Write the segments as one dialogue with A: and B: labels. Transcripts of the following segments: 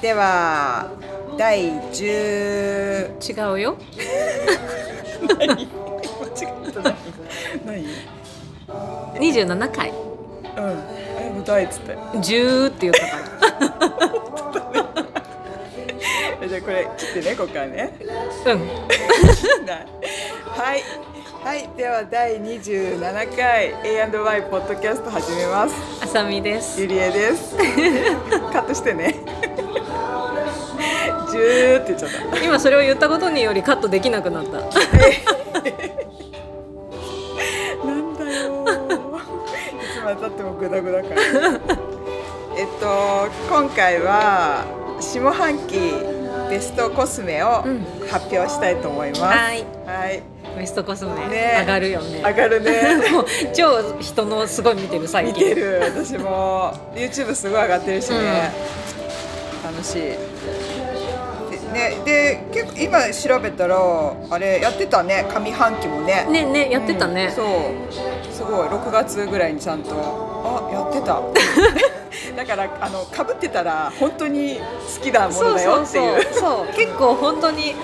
A: では第10
B: 違うよ
A: 何うん
B: 27回
A: えもう第っつったよ
B: 10って言ったか
A: えじゃあこれ切ってねここからね
B: らうん
A: ないはいはいでは第27回 A&Y ポッドキャスト始めます
B: あさみです
A: ゆりえです カットして ねジューって言っちゃった
B: 今それを言ったことによりカットできなくなった
A: なんだよーいつまでたってもグダグダから えっと今回は下半期ベストコスメを
B: うん
A: 発表したいと思います、
B: はい
A: はい
B: ベストコスメ、
A: ね
B: 上がるよね
A: 上がる ね
B: もう超人のすごい見てる最
A: 見
B: 近
A: てる私も YouTube すごい上がってるしね、楽しいでねで結構今調べたらあれやってたね上半期もね
B: ねねやってた
A: うん
B: ね、
A: そうすごい6月ぐらいにちゃんとあやって ただからあのかぶってたら本当に好きなものだよっていう
B: そうそうそう結構本当に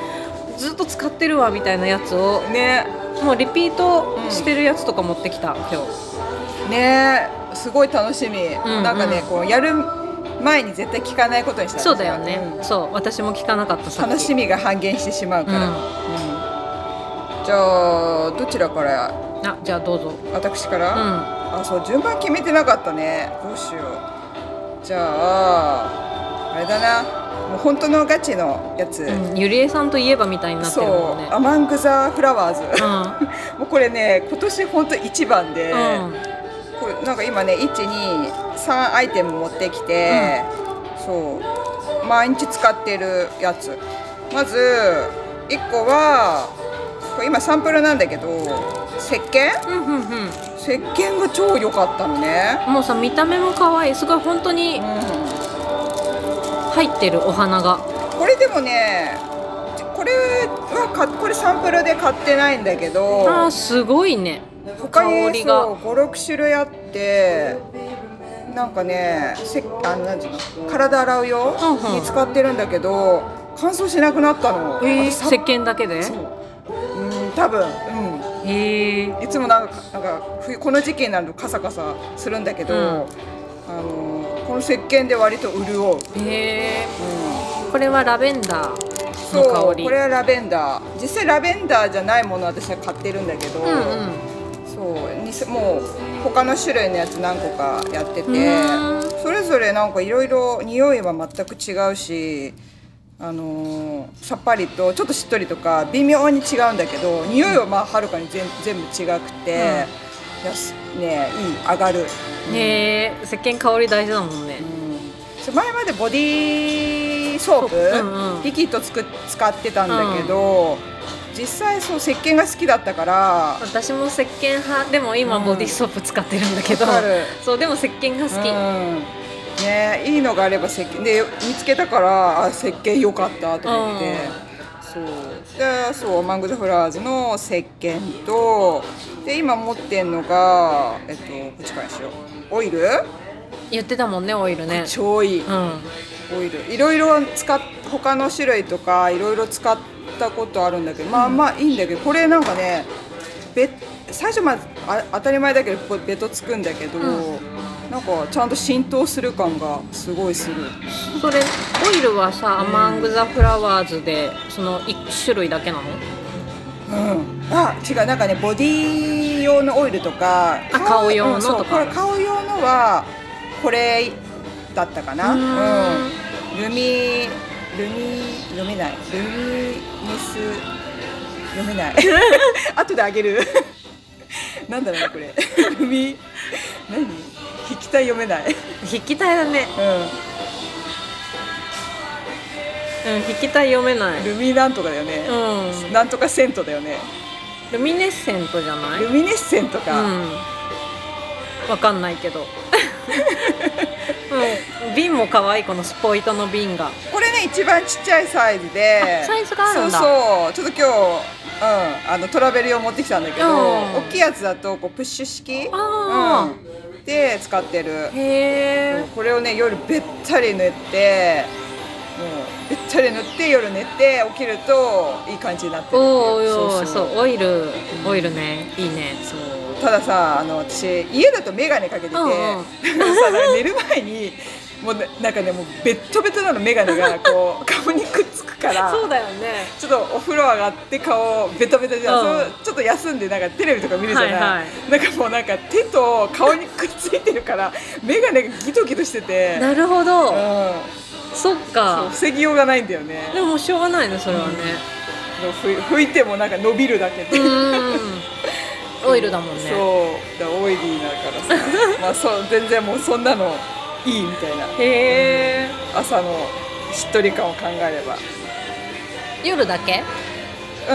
B: ずっと使ってるわみたいなやつを
A: ね
B: もうリピートしてるやつとか持ってきた、今日
A: ねすごい楽しみ、
B: うん
A: なんかねこうやる前に絶対聞かないことにした
B: そうだよね、
A: うん
B: そう私も聞かなかったさっき
A: 楽しみが半減してしまうから、
B: うん
A: うんじゃあどちらから
B: あじゃあどうぞ
A: 私か
B: う
A: ら、
B: ん
A: あそう順番決めてなかったねどうしようじゃああれだなもう本当のガチのやつ、
B: うんゆりえさんといえばみたいになってるも
A: そ
B: んね
A: うアマング・ザ・フラワーズ、
B: う
A: もうこれね今年本当一番で、
B: ん、うん
A: これなんか今ね123アイテム持ってきて、そう毎日使ってるやつまず1個はこれ今サンプルなんだけど石鹸
B: うんうんうん
A: 石鹸が超良かったのね、
B: もうさ見た目も可愛いすごい本当
A: う
B: に
A: ん
B: 入ってるお花が
A: これでもねこれはかこれサンプルで買ってないんだけど
B: あーすごいね
A: 他
B: 香
A: に
B: りが
A: そう56種類あってなんかねせあのなんていうの体洗うよ
B: うんうん
A: に使ってるんだけど乾燥しなくなったの、
B: えー、
A: 私さ
B: 石鹸だけで
A: そううん多分
B: へえ
A: うんいつもなんかなんか冬この時期になるとカサカサするんだけど、
B: うん
A: あのこの石鹸で割と潤う、うん、
B: へえこれはラベンダー
A: そ
B: の香
A: う
B: り
A: これはラベンダー実際ラベンダーじゃないもの私は買ってるんだけど、
B: うんうん
A: そうにせもう他の種類のやつ何個かやって
B: う
A: て
B: ーん
A: それぞれなんかいろいろ匂いは全く違うし、あのーさっぱりとちょっとしっとりとか微妙に違うんだけど匂いはまあはるかに全全部違くて、いやすねいい上がる、
B: へえ石鹸香り大事だもんね
A: うんそう前までボディーソープ、
B: うんうん
A: リキッドつく使ってたんだけど、実際そう石鹸が好きだったから。
B: 私も石鹸派でも今
A: うん
B: ボディーソープ使ってるんだけど、
A: わかる
B: そうでも石鹸が好き、
A: うん、ねいいのがあれば石鹸で見つけたからあ石鹸良かったと思って、そうでそうマング・ザ・フラワーズの石鹸とで今持ってんのがえっとこっちからにしようオイル、
B: 言ってたもんねオイルね
A: 超いい、
B: うん
A: オイルいろいろ使っ他の種類とかいろいろ使ったことあるんだけどまあまあいいんだけどこれなんかねべ最初まああ当たり前だけどここベトつくんだけど、
B: ん
A: なんかちゃんと浸透する感がすごいする
B: それオイルはさ、アマング・ザ・フラワーズでその1種類だけなの
A: うんあ違うなんかねボディ用のオイルとか
B: あ顔用の
A: うんそう
B: とか
A: これ顔用のはこれだったかな
B: うーん
A: うんルミルミ読めないルミネス読めない 後であげる なんだろうなこれ ルミ何引き体読めない
B: 筆記体だね
A: う
B: うん筆記体読めない
A: んルミなんとかだよね、
B: うん
A: なんとかセントだよね
B: ルミネッセントじゃない
A: ルミネッセント
B: う
A: か、
B: んわかんない けどうん瓶も可愛いこのスポイトの瓶が
A: これね一番ちっちゃいサイズで
B: あサイズがあるんだ
A: そうそうちょっと今日、うん、あのトラベル用持ってきたんだけど、
B: うん
A: 大きいやつだとこうプッシュ式、
B: あ
A: うん、で使ってる
B: へえ
A: これをね夜べったり塗ってもそれ塗って夜寝て起きるといい感じになってるっていう
B: おーおーおー
A: そ
B: そううオイルオイルねいいね
A: そうたださあの私家だと眼鏡かけてて、
B: うんうん
A: さ寝る前にもうななんかねもうベットベトなの眼鏡がこう顔にくっつく から
B: だよね
A: ちょっとお風呂上がって顔ベトベトじゃん、
B: うん
A: そうちょっと休んでなんかテレビとか見るじゃない、
B: はいはい
A: なんかもうなんか手と顔にくっついてるから眼鏡がギトギトしてて、うん、
B: なるほど
A: そ
B: そっ
A: う
B: か
A: 防ぎようがないんだよね
B: でもしょうがないねそれはね
A: でもふ拭いてもなんか伸びるだけで、
B: うーん オイルだもんね
A: そうだからオイリーだから さまあそう全然もうそんなのいいみたいな
B: へえ
A: 朝のしっとり感を考えれば
B: 夜だけ
A: うん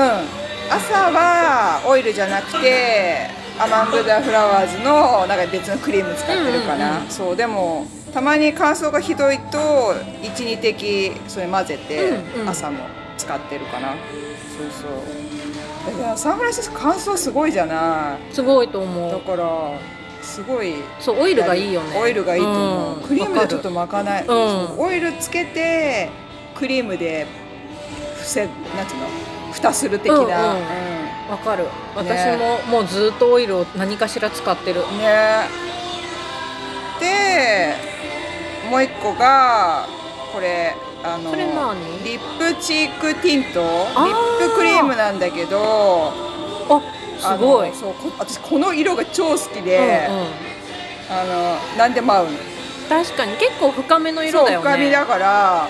A: 朝はオイルじゃなくてアマングダフラワーズのなんか別のクリーム使ってるかな、
B: うんうん
A: そうでもたまに乾燥がひどいと12滴それ混ぜて
B: うんうん
A: 朝も使ってるかな、そうそうだからサンフランシスコ乾燥すごいじゃない
B: すごいと
A: だ
B: 思う
A: からすごい
B: そうオイルがいいよね
A: オイルがいいと思う、
B: ん
A: クリームでちょっ
B: わか
A: と巻か
B: る
A: ない、
B: ん
A: そうオイルつけてクリームでふせなんていうの蓋する的な、
B: うんうんわかる私も、
A: ね
B: もうずっとオイルを何かしら使ってる
A: うんねでもう一個がこれあの
B: これ何
A: リップチークティントリ
B: あー
A: ップクリームなんだけど
B: あ
A: あ
B: す
A: の
B: ごい
A: そうこ私この色が超好きで、
B: うんうん、
A: あの何でも合うの
B: 確かに結構深めの色だよね
A: そう深みだから、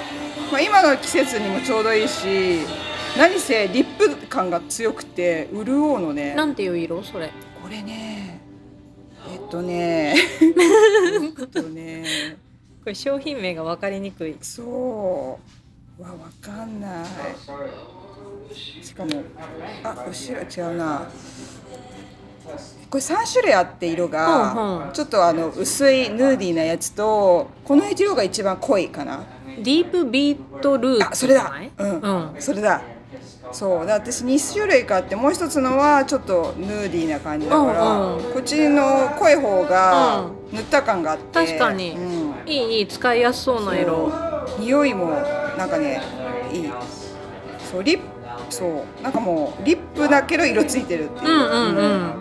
A: まあ、今の季節にもちょうどいいし何せリップ感が強くて潤うのね
B: なんていう色それ
A: これねえっとねえっとね
B: これ商品名が分かりにくい
A: そうわわかんないしかもあおし違うなこれ3種類あって色が、
B: うんうん
A: ちょっとあの薄いヌーディーなやつとこの色が一番濃いかな
B: ディープビートルー
A: あ
B: ト
A: そ
B: じ
A: れ
B: ゃ
A: だ
B: ない
A: うん、
B: うん
A: それだそうだ私2種類買ってもう一つのはちょっとヌーディーな感じだから、
B: うんうん
A: こっちの濃い方が
B: うん
A: 塗った感があって、
B: 確かに
A: うん
B: いいいい使いやすそうな色
A: そう匂いもなんかねいいそうリップそうなんかもうリップだけど色ついてるっていうう、
B: んうんう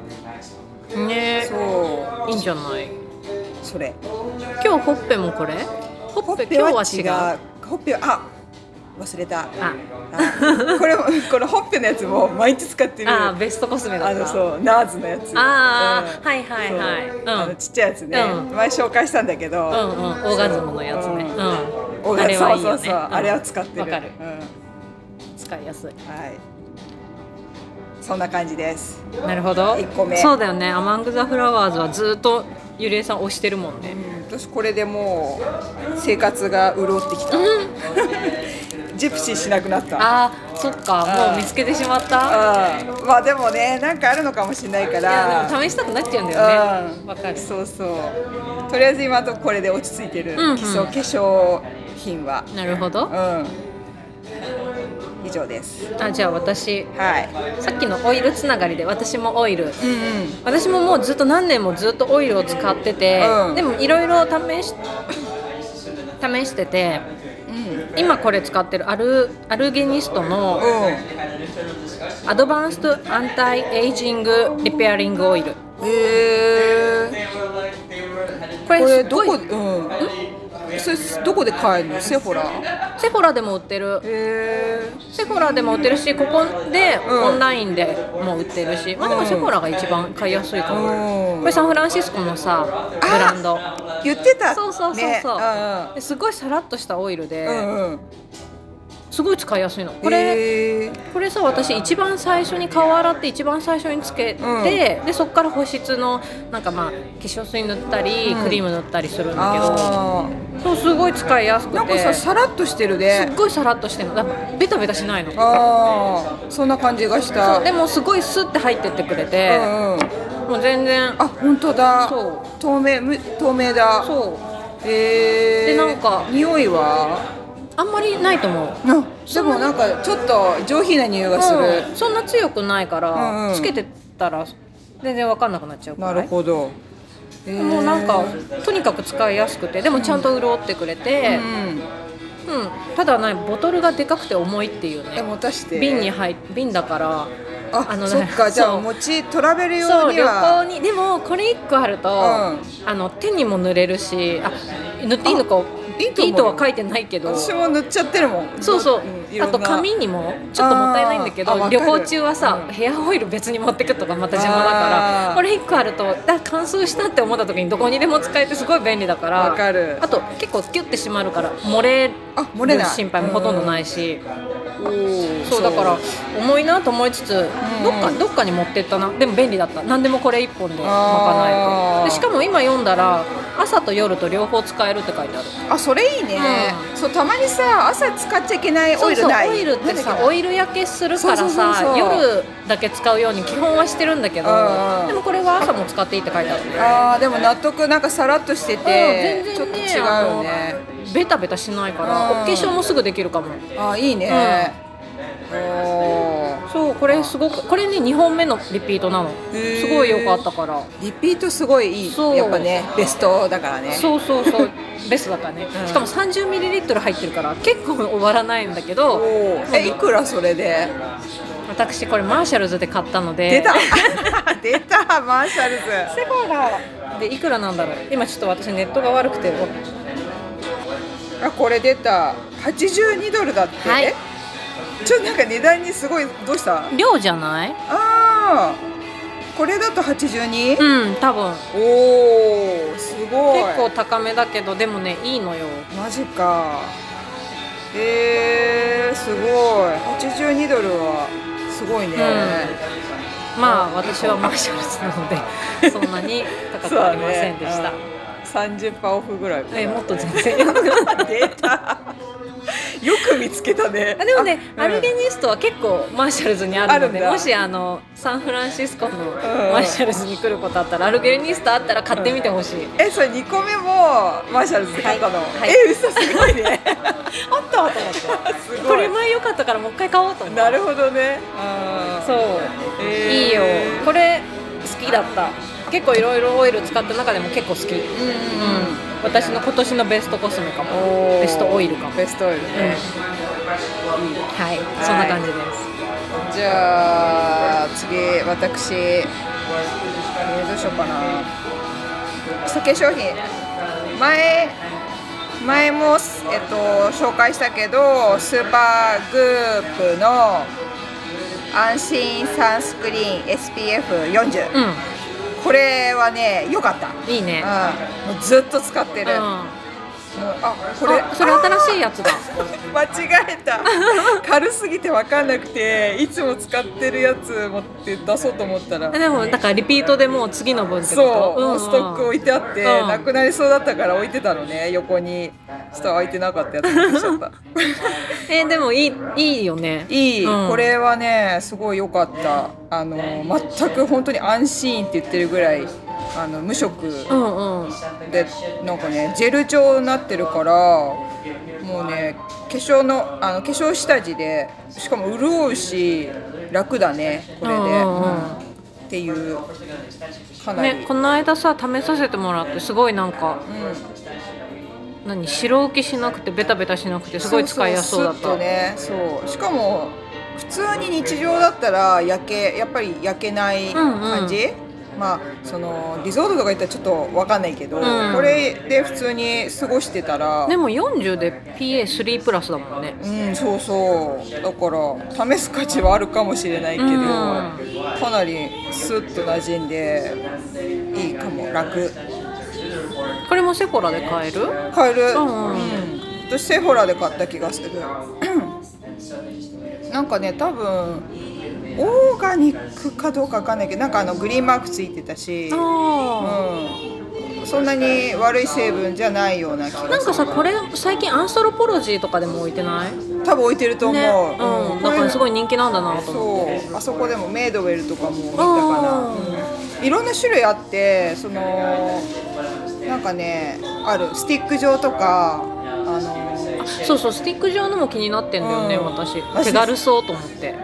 A: うん
B: ん、ね
A: そう
B: いいんじゃない
A: それ
B: 今日ほっぺもこれほ
A: ほ
B: っ
A: っ
B: ぺ
A: ぺは
B: 今
A: 違
B: 日
A: う
B: は違う
A: ほっぺはあ忘れた
B: あ
A: あこれもこのほっぺのやつも毎日使ってる
B: あーベストコスメだ
A: あ
B: った
A: のそうナーズのやつ
B: あー
A: うん
B: はいはいはい
A: そう
B: うん
A: あのちっちゃいやつね、
B: うん
A: 前紹介したんだけど、
B: うんうんオーガズムのやつね
A: うん
B: うん、
A: オーガ
B: あれ
A: そ
B: は
A: う
B: いい
A: そ
B: よ
A: う
B: ね
A: そう
B: うん
A: あれを使ってる
B: わかる
A: うん、は
B: 使いやすい
A: いそんな感じです
B: なるほど
A: 一個目
B: そうだよねアマング・ザ・フラワーズはずっとゆりえさん推してるもんね
A: 私これでもう生活が潤ってきた、 ジプシーしなくなった
B: あーそっかもう見つけてしまった
A: うん、まあでもねなんかあるのかもしれないか
B: いやで
A: ら
B: も試したくなっちゃうんだよね
A: うん
B: わかる
A: そうそうとりあえず今のとここれで落ち着いてる、
B: うんうん
A: 基礎化粧品は
B: なるほど
A: うん以上です
B: あじゃあ私
A: はい
B: さっきのオイルつながりで私もオイル
A: うん
B: 私ももうずっと何年もずっとオイルを使ってて、
A: うん
B: でもいろいろ試し試してて
A: うんうん
B: 今これ使ってるアルアルゲニストのアドバンストアンタイエイジングリペアリングオイル
A: えー、
B: これ
A: これ
B: すっご
A: ど
B: い
A: こうんそれどこで買えるのセフォラ
B: セフォラでも売ってる
A: え
B: セフォラでも売ってるしここで
A: うん
B: オンラインでも売ってるし、まあでもセフォラが一番買いやすいかも、
A: うん
B: これサンフランシスコのさブランド
A: ー、言ってた
B: そうそうそうそう、
A: ね
B: ですごいサラッとしたオイルで、
A: うんうんうんうん
B: すごい使いやすいのこれ、
A: えー
B: これさ私一番最初に顔洗って一番最初につけて、
A: うん
B: でそこから保湿のなんかまあ化粧水塗ったり、
A: うん
B: クリーム塗ったりするんだけど
A: あ
B: そうすごい使いやすく
A: ー
B: て
A: なんかさ
B: す
A: さらっとしてるね
B: っごいサラッとしてるのだからベタベタしないの
A: ああそんな感じがした
B: そうでもすごいスッて入ってってくれ
A: う
B: て、
A: んうん
B: もう全然
A: あ本当だ
B: そう
A: 透明む透明だ
B: そう
A: えー、
B: でなんか
A: 匂いは
B: あんまりないと思う
A: あでもなんかちょっと上品な匂いがす
B: う
A: る、
B: んそんな強くないから、
A: うんうん
B: つけてたら全然わかんなくなっちゃうか
A: な
B: ら
A: るほど、えー
B: もうなんかとにかく使いやすくてでもちゃんと潤ってくれ
A: う
B: て、
A: ん
B: うん、ただねボトルがでかくて重いっていう
A: え
B: ね
A: 持たして
B: 瓶に入っ瓶だから
A: あ
B: あのね
A: そっかじゃ
B: そ
A: あ
B: う
A: 持ちトラベル用
B: そう
A: に
B: 旅行
A: は
B: にでもこれ1個あると、あの手にも塗れるしあ塗っていいのか
A: いいと思うよ
B: いいとは書いてないけど
A: 私も塗っちゃってるもん
B: そうそ
A: んいうろ
B: あ
A: ん
B: と
A: な
B: 紙にもちょっともったいないんだけ
A: あーあわ
B: ど
A: かる
B: 旅行中はさ、
A: うん
B: ヘアオイル別に持ってくとかまた邪魔だか
A: あー
B: らこれ1個あるとだ乾燥したって思った時にどこにでも使えてすごい便利だから
A: わかる
B: あと結構キュッて閉まるから漏れる
A: あ漏れない
B: 心配もほとんどないし、
A: おー
B: そうだから重いなと思いつつ、
A: ん
B: どっかどっかに持ってったなでも便利だった何でもこれ1本で
A: あ
B: まかな
A: ー
B: いとでしかも今読んだら朝と夜と両方使えるって書いてある
A: あそれいいね、
B: う
A: そうたまにさ朝使っちゃいけないオイルない
B: そうそうオイルって
A: なんだ
B: さ
A: け
B: オイル焼けするからさ
A: そうそうそうそう
B: 夜だけ使うように基本はしてるんだけど、
A: うんうん
B: でもこれは朝も使っていいって書いてあるね
A: あーでも納得なんかさらっとしてて、ちょっと違うよね
B: あのベタベタしないから、
A: うん
B: お化粧もすぐできるかも
A: あーいいね、おー
B: そうこれすごくこれね2本目のリピートなの
A: へー
B: すごい良かったから
A: リピートすごいいい
B: そう
A: やっぱねベストだからね
B: そうそうそうベストだからね、
A: うん
B: しかも 30ml 入ってるから結構終わらないんだけ
A: お
B: ど
A: ーえいくらそれで
B: 私これマーシャルズで買ったので
A: 出た 出たマーシ ャルズ
B: セファラでいくらなんだろう今ちょっと私ネットが悪くて
A: あこれ出た82ドルだって、
B: はい
A: えちょっとなんか値段にすごいどうしたあ
B: 量じゃない
A: あーこれだと 82?、
B: うん多分
A: おおすごい
B: 結構高めだけどでもねいいのよ
A: マジかえー、すごい82ドルはすごいね、
B: まあ私はマーシャルズなの でそんなに高くはありませんでした、
A: 三十パーオフぐらいかな。
B: えもっと全然
A: 出た。よく見つけたね。
B: あでもね、
A: あ
B: アルゲニストは結構マーシャルズにあるので
A: あるんだ
B: もしあのサンフランシスコのマーシャルズに来ることあったら、アルゲニストあったら買ってみてほしい、
A: うんえ、それ二個目もマーシャルズで買ったの。
B: はいはい
A: え、嘘すごいね。
B: あったわと思って
A: すごい
B: これ前良かったからもう一回買おうと思って
A: なるほどね。あー
B: そう、
A: えー
B: いいよこれ好きだった結構いろいろオイル使った中でも結構好き、うん
A: うんうん。
B: 私の今年のベストコスメかも
A: おー
B: ベストオイルかも、
A: ベストオイルね。
B: はい、そんな感じです
A: じゃあ次私、えーどうしようかな化粧品前前も、えっと、紹介したけどスーパーグープの安心サンスクリーン SPF40、
B: う
A: これはね良かった、
B: んいいね
A: うん、もうずっと使って
B: う
A: る、
B: ん
A: もう
B: あ
A: あこれ
B: それ新しいや つだ
A: 間違えた軽すぎて分かんなくていつも使ってるやつ持って出そうと思ったら
B: でもだからリピートでもう次の分っ
A: そ
B: てこと
A: う、もうストック置いてあって、
B: うん
A: なくなりそうだったから置いてたのね横にしたら空いてなかったやつ持ってきちゃ った
B: えーでもいいいいよね
A: いい、
B: うん
A: これはねすごい良かったあの全く本当に安心って言ってるぐらいあの無色
B: うんうん
A: でなんかねジェル状になってるからもうね化粧のあの化粧下地でしかも潤うし楽だねこれで、
B: うんうんうん
A: うんっていうかなり、
B: ねこの間さ試させてもらってすごいなんか
A: うん、
B: 何白浮きしなくてベタベタしなくてすごい使いやすそうだった
A: そうそうスッとねそうしかも普通に日常だったら焼けやっぱり焼けない感じ、まあそのリゾートとか行ったらちょっとわかんないけど、
B: ん
A: これで普通に過ごしてたら
B: でも40で PA3 プラスだもんね
A: うんそうそうだから試す価値はあるかもしれないけど、
B: うん
A: かなりスッと馴染んでいいかも楽
B: これもセフォラで買える
A: 買える、
B: うん
A: うん私セフォラで買った気がする なんかね多分オーガニックかどうかわかんないけどなんかあのグリーンマークついてたし、う
B: あ
A: ん、そんなに悪い成分じゃないような気
B: あ
A: が
B: なんかさこれ最近アンストロポロジーとかでも置いてない
A: 多分置いてると思う、
B: ね
A: う
B: うんん、だからすご
A: い
B: い人気なんだなと思って
A: そうあそこでもメイドウェルとかも見たかな、うんいろんな種類あってそのなんかねあるスティック状とかあの
B: そうそうスティック状のも気になってんだよね、
A: うん
B: 私
A: 私
B: 手軽そうと思って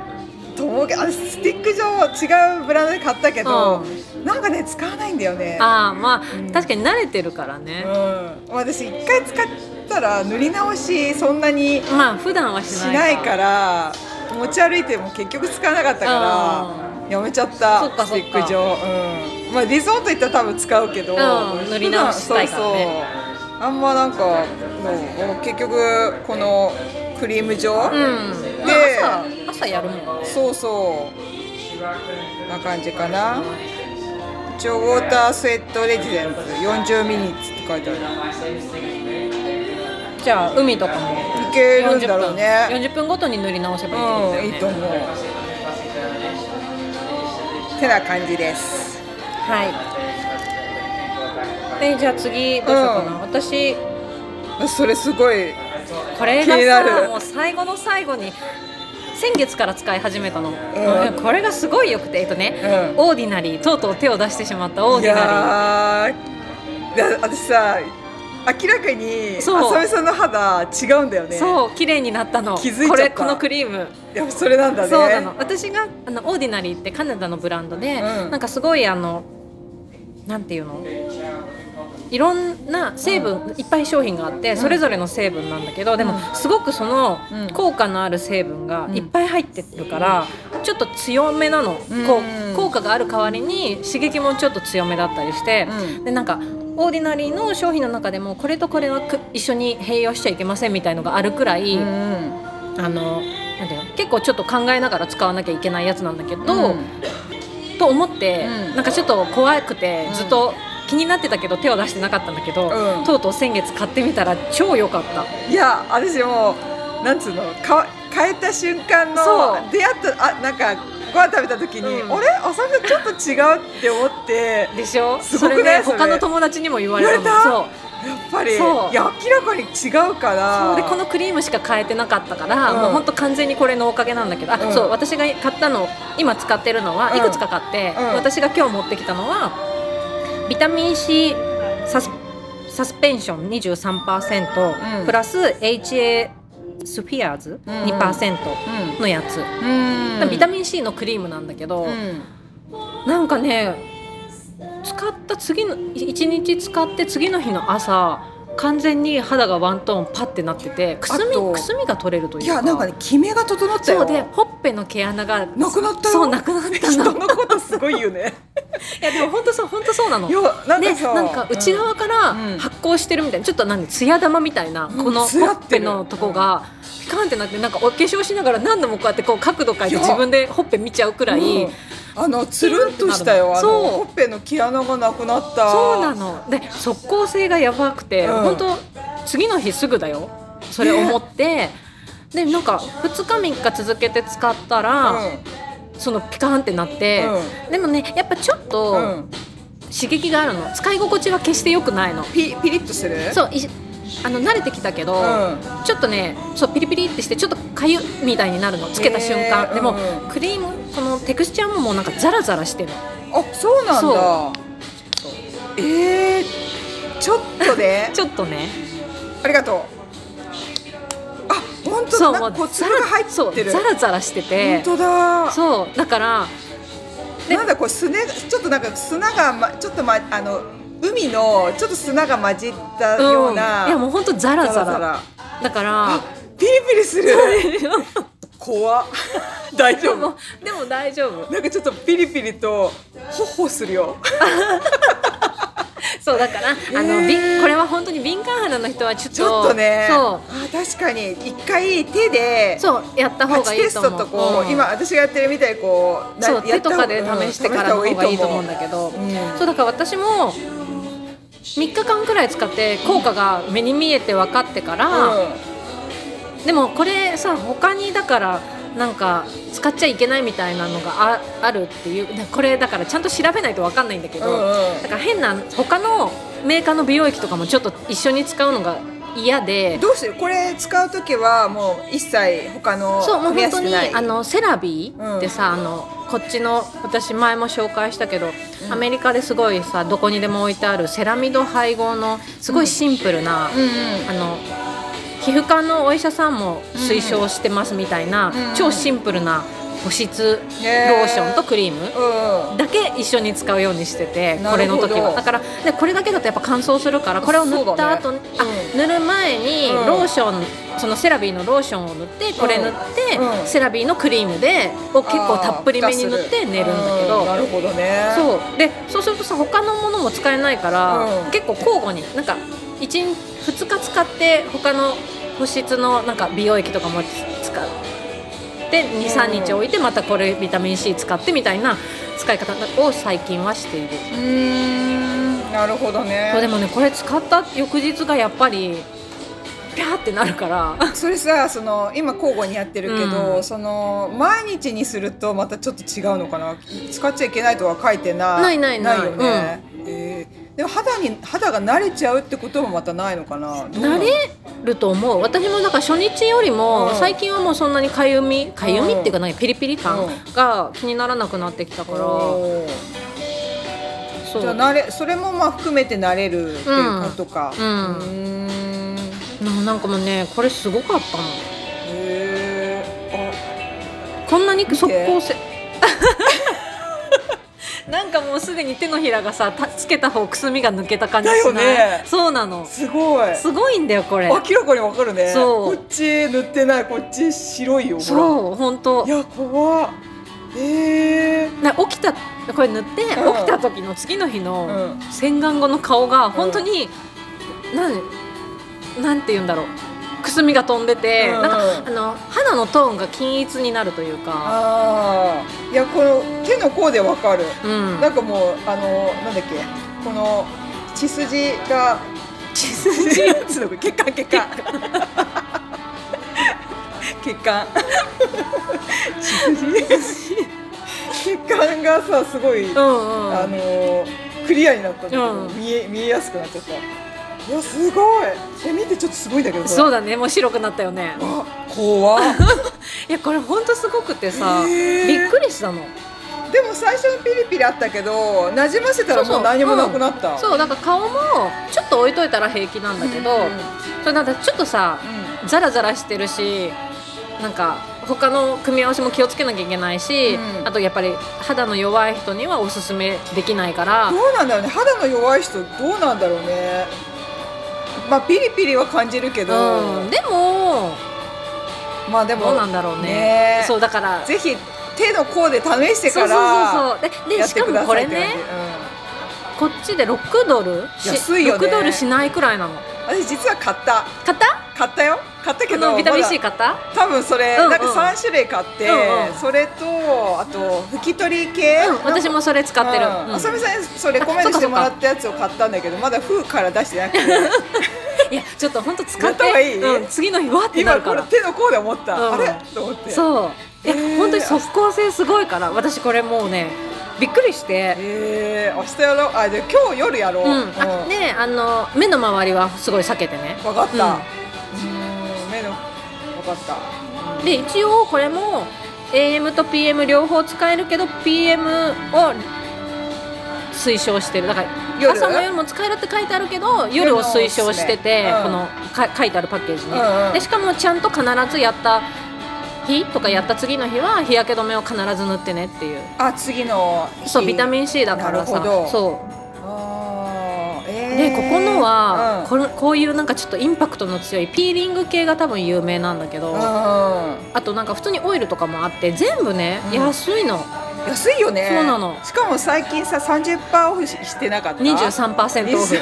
A: と思うけどあれスティック状違うブランドで買ったけど、
B: う
A: なんかね使わないんだよね
B: ああまあ、確かに慣れてるからね
A: う、ん私一回使ったら塗り直しそんなに
B: まあ普段はし
A: し
B: な
A: ないいから持ち歩いても結局使わなかったからやめちゃった
B: そっかそっか
A: スティック状、うん、まあリゾート行ったら多分使うけど、
B: うん塗り直したいからね
A: そうそうあんまなんかもう結局このクリーム状、
B: うん、
A: で
B: まあ、朝朝やるもんね
A: そうそうな感じかな一応ウォータースウェットレジデンツ40ミニッツって書いてある
B: じゃあ海とかも
A: いけるんだろうね
B: 40分 ,40 分ごとに塗り直せば
A: う
B: い
A: ん、い
B: いっ
A: い
B: て
A: と
B: こと
A: 思
B: だよね、
A: う。てな感じです。
B: はいでじゃあ次どうしようかな、
A: うん
B: 私
A: それすごい。
B: これ
A: 気にな
B: がさ
A: る
B: もう最後の最後に先月から使い始めたの、
A: ん
B: これがすごいよくてえっとね、
A: うん
B: オーディナリーとうとう手を出してしまったオー
A: い
B: ディナ
A: やー、いや私さ、明らかに
B: そう
A: 浅見さんの肌違うんだよ
B: リー、
A: ね。
B: そう綺麗になったの
A: 気づいちゃった
B: これこのクリーム
A: やっぱそれなんだね。
B: そうなの私があのオーディナリーってカナダのブランドで、
A: うん
B: なんかすごいあのなんていうのいろんな成分、いっぱい商品があってそれぞれの成分なんだけど、でもすごくその
A: うん
B: 効果のある成分が
A: ん
B: いっぱい入ってるから、ちょっと強めなの、
A: うん
B: こう効果がある代わりに刺激もちょっと強めだったりして、
A: うん
B: でなんかオーディナリーの商品の中でもこれとこれはく一緒に併用しちゃいけませんみたいのがあるくらい、
A: うんうん。
B: あのなんていうの結構ちょっと考えながら使わなきゃいけないやつなんだけど、
A: うん
B: と思って、
A: うん
B: なんかちょっと怖くて
A: うん
B: ずっと気になってたけど手を出してなかったんだけど、
A: うん
B: とうとう先月買ってみたら超良かった
A: いや、私もうなんつうの、か変えた瞬間
B: そう
A: の出会ったあなんかご飯食べた時に、
B: うん
A: あれ浅見さんちょっと違うって思って。
B: でしょ
A: すごくない
B: それね
A: それ
B: 他の友達にも言われたの
A: 言われた
B: そう
A: やっぱりいや
B: そう
A: 明らかに違うから
B: そうでこのクリームしか変えてなかったから、
A: うん
B: もうほんと完全にこれのおかげなんだけど、あ
A: うん
B: そう私が買ったの今使ってるのは
A: うん
B: いくつか買って、
A: うん
B: 私が今日持ってきたのはビタミン C サスサスペンション23%、
A: うん
B: プラス HA スフィアーズ
A: うんうん
B: 2%
A: う
B: のやつ、
A: ん、
B: ビタミン C のクリームなんだけど、
A: うん
B: なんかね使った次の1日使って次の日の朝完全に肌がワントーンパってなっててくす
A: あ
B: み
A: と
B: くすみが取れるというか
A: いやなんかねキメが整ったよ
B: そうでほっぺの毛穴が
A: なくなったよ
B: そうなくなっ た
A: 人
B: の
A: のことすごいよね
B: いやでも本当そう本当そうなの
A: いやなん
B: で
A: かさ、
B: なんか内側から
A: うん
B: 発光してるみたいなちょっと何艶玉みたいな
A: うん
B: このほ
A: 艶
B: っ
A: って
B: ぺ
A: る
B: のとこがピカンってなってなんかお化粧しながら何度もこうやってこう角度変え
A: い
B: て
A: や
B: 自分でほっぺ見ちゃうくらい、
A: うんあのつるんとしたよあの
B: そう
A: ほっぺの毛穴がなくなった
B: そうなので即効性がやばくて、
A: うん
B: 本当次の日すぐだよそれ思って、でなんか2日3日続けて使ったら、そのピカーンってなって、でもねやっぱちょっ
A: うん、う
B: と
A: ん、
B: 刺激があるの使い心地は決して良くないの
A: ピピリッとする
B: そういあの慣れてきたけど、
A: うん
B: ちょっとねそうピリピリってしてちょっとかゆみたいになるのつけた瞬間、
A: へー
B: でも、
A: うん
B: クリームこのテクスチャーももうなんかザラザラしてる
A: あそうなん
B: そ
A: だえー、ちょっとね
B: ちょっとね
A: ありがとうあ本当だなんかこうつ
B: ザ
A: る
B: ラ
A: が入
B: そ
A: って
B: う
A: る
B: ザラザラしてて
A: 本当だ
B: そうだからで
A: なんだこれ砂ちょっとなんか砂が、ま、ちょっとまあの海のちょっと砂が混じったような、
B: ん、いやもうほんとザラザラ
A: ザラザラ
B: だから
A: ピリピリする怖 っ大
B: で
A: 丈夫
B: もでも大丈夫
A: なんかちょっとピリピリとほほするよ
B: そうだから、あの
A: えー
B: びこれは本当に敏感肌の人はちょっと
A: ちょっとね
B: そ
A: あ確かに一回手で
B: うそうやった
A: パ
B: 方が
A: チ
B: い
A: テ
B: い
A: ス
B: と思
A: ト
B: う
A: とこう、
B: うん
A: 今私がやってるみたいにこうな
B: そう
A: や
B: 手
A: っ
B: と
A: た方
B: か
A: が
B: で
A: うん
B: 試してからの方がいいと思うんだ
A: 試し
B: けど、
A: うん
B: そうだから私も3日間くらい使って効果が目に見えて分かってか
A: た方
B: ら、
A: がいい
B: でもこれさ他にだからなんか使っちゃいけないみたいなのがああるっていうなこれだからちゃんと調べないと分かんないんだけど、
A: うんうん
B: だから変な他のメーカーの美容液とかもちょっと一緒に使うのが嫌
A: う
B: で
A: ん、どうしてるこれ使う時はもう一切他の
B: そうもう
A: 組み合わ
B: 本
A: せ
B: 当
A: て
B: に
A: ない
B: あのセラビーってさ、あのこっちの私前も紹介したけど、アメリカですごいさどこにでも置いてあるセラミド配合のすごいシンプルな、
A: うんうん
B: あの皮膚科のお医者さんも推奨してますみたいな、
A: うんうん
B: 超シンプルな保湿
A: へー
B: ローションとクリーム
A: うん
B: だけ一緒に使うようにしてて
A: な
B: これ
A: るほ
B: の
A: ど
B: 時はだからでこれだけだとやっぱ乾燥するからこれを塗った後、
A: そうだね
B: あ塗る前に
A: うん
B: ローション、そのセラビーのローションを塗ってこれ塗って、
A: うん
B: セラビーのクリームでを結構たっぷりめに塗って寝るんだけど、
A: あーふかするうんなるほどねう
B: そうでそうするとさ他のものも使えないから、
A: うん
B: 結構交互になんか1日2日使って他の保湿のなんか美容液とかも使って
A: うん
B: 23日置いてまたこれビタミン C 使ってみたいな使い方を最近はしている、
A: うーんなるほどね
B: そうでもねこれ使った翌日がやっぱりピャーってなるから
A: それさその今交互にやってるけど、
B: うん
A: その毎日にするとまたちょっと違うのかな使っちゃいけないとは書いてない
B: ないないない
A: よね、えーでも肌に肌が慣れちゃうってこともまたないのかなどうなの
B: 慣れると思う私もなんか初日よりも
A: うん
B: 最近はもうそんなにかゆみかゆみっていうかなんかピリピリ
A: う
B: 感
A: ん
B: が気にならなくなってきたから
A: おー
B: そ
A: じゃあ
B: う
A: 慣れそれもまあ含めて慣れるっていうことか
B: うんうん
A: ーん
B: ななんかもうねこれすごかったの
A: へえ
B: こんなに
A: て
B: 速攻性 なんかもうすでに手のひらがさたつけた方くすみが抜けた感じしない
A: だよね
B: そうなの
A: あすごい
B: すごいんだよこれ
A: 明らかにわかるね
B: そう
A: こっち塗ってないこっち白いよほら
B: そう本当
A: いや怖っええ
B: な起きたこれ塗って、
A: うん
B: 起きた時の次の日の、
A: うん
B: 洗顔後の顔が本当に、なんなんて言うんだろうくすみが飛んでて、
A: うんうん
B: なんかあの肌のトーンが均一になるというか、
A: ああいやこの手の甲でわかる、
B: うん、
A: なんかもうあのなんだっけこの血筋が 血筋血管血管血管血筋血管がさすごい、
B: うんうん
A: あのクリアになったんだけど、
B: うん
A: 見え見えやすくなっちゃったいやすごいえ見てちょっとすごいんだけど
B: そう
A: う
B: だねもう白くなったよね
A: あ怖っ
B: いやこれ本当すごくてさ、
A: へー
B: びっくりしたの
A: でも最初ピリピリあったけど馴染ませたらもう何もなくなった
B: そうだから顔もちょっと置いといたら平気なんだけど、
A: うんうん
B: それなんかちょっとさザラザラしてるしなんか他の組み合わせも気をつけなきゃいけないし、
A: うん
B: あとやっぱり肌の弱い人にはおすすめできないから
A: どうなんだろうね肌の弱い人どうなんだろうねまあピリピリは感じるけど、
B: うん、でも
A: まあでも
B: どうなんだろうね
A: ねえ
B: そうだから
A: ぜひ手の甲で試して
B: そ
A: か
B: うそ
A: ら
B: うそうそうでで
A: やっ
B: してか
A: くだ
B: もこ
A: さい
B: れ
A: って感じ
B: ねこっちで6ドルし
A: 安いよね
B: 6ドルしないくらいなの
A: うん、私実は買った
B: 買った
A: 買ったよ買ったけ
B: こ
A: ど
B: のビタミン
A: まだ
B: C 買った
A: 多分それ、
B: うんうん
A: なんか3種類買って、
B: うんうん
A: それとあと拭き取り系、
B: うん私もそれ使ってる、
A: うん
B: うん
A: あさみさんにそうレコメンドしてもらったやつを買ったんだけどまだ封から出してなくて
B: いやちょっと本当使
A: や
B: っ
A: った方が
B: て
A: いい
B: うん、次の日わってな
A: 今
B: るか
A: これ
B: ら
A: 手の甲で思った、
B: うん
A: あれと思ってう
B: そういや、
A: へー
B: 本当に即効性すごいから私これもうねびっくりして、
A: えー、明日やろうあじゃあ今日夜やろう、
B: うん
A: うん
B: あであの目の周りはすごい避けてね
A: 分かった、
B: うん
A: うん目の分かった、
B: で一応これも AM と PM 両方使えるけど PM を推奨してるだから
A: 夜
B: 朝も夜も使えるって書いてあるけど夜を推奨してて、
A: 夜
B: こ
A: のお
B: のか書いてあるパッケージに、
A: うんうん
B: でしかもちゃんと必ずやった日とかやった次の日は日焼け止めを必ず塗ってねっていう
A: あ次の
B: そうビタミン C だから
A: なるほ
B: さ
A: ど
B: そう
A: あーえ
B: で
A: ー
B: ここのは、
A: うん
B: このこういうなんかちょっとインパクトの強いピーリング系が多分有名なんだけど、あ
A: うん
B: となんか普通にオイルとかもあって全部ね、
A: うん
B: 安いの
A: 安いよね
B: そうなの
A: しかも最近さ30%オフししてなかった
B: 23%オフ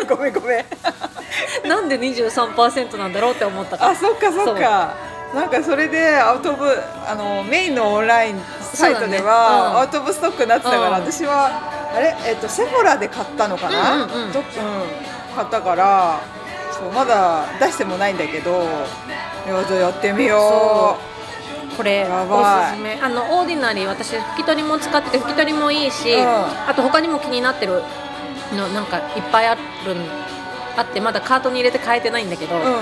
A: 23 ごめんごめん
B: なんで23%なんだろうって思ったから
A: あそっかそっかなんかそれでアウト・オブあのメインのオンラインサイトで
B: そうだねうん
A: はアウト・オブストックになってたから、
B: うん
A: 私はあれ、えっとセフォラで買ったのかな、
B: うんうんうん
A: どっ買ったからそうまだ出してもないんだけどいやじゃあやってみよ
B: これ
A: や
B: お
A: ばい
B: すすめあのオーディナリー私拭き取りも使ってて拭き取りもいいし、
A: うん
B: あと他にも気になってるのなんかいっぱいあるんあってまだカートに入れて買えてないんだけど、
A: ううんうん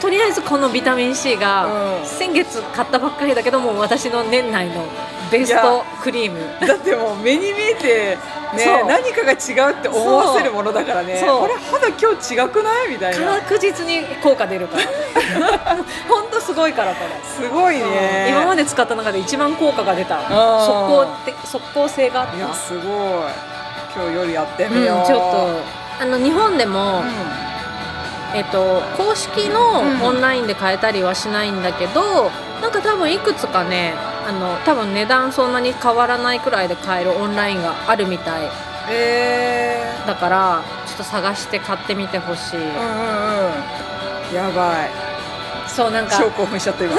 B: とりあえずこのビタミン C が、
A: うん
B: 先月買ったばっかりだけども私の年内のベス
A: い
B: ト
A: や
B: クリーム
A: だってもう目に見えて、
B: そ
A: ね
B: う、
A: 何かが違うって思わせるものだからね
B: そう
A: これ肌今日違くないみたいな
B: 確実に効果出るから本当すごいからこれ、
A: すごいね
B: 今まで使った中で一番効果が出た
A: ん
B: 速効って速効性があっ
A: い
B: た
A: やすごい今日よりやって
B: うん、
A: み
B: ち
A: よう、
B: ょっとあの日本でも、
A: う
B: えっと、公式の
A: うん
B: オンラインで買えたりはしないんだけど、なんか多分いくつかねあの多分値段そんなに変わらないくらいで買えるオンラインがあるみたい
A: ん、え
B: だからちょっと探して買ってみてほし
A: ー、
B: い、
A: うんうんうんやばい
B: そうなんかそ
A: 超
B: う
A: 興奮しちゃった今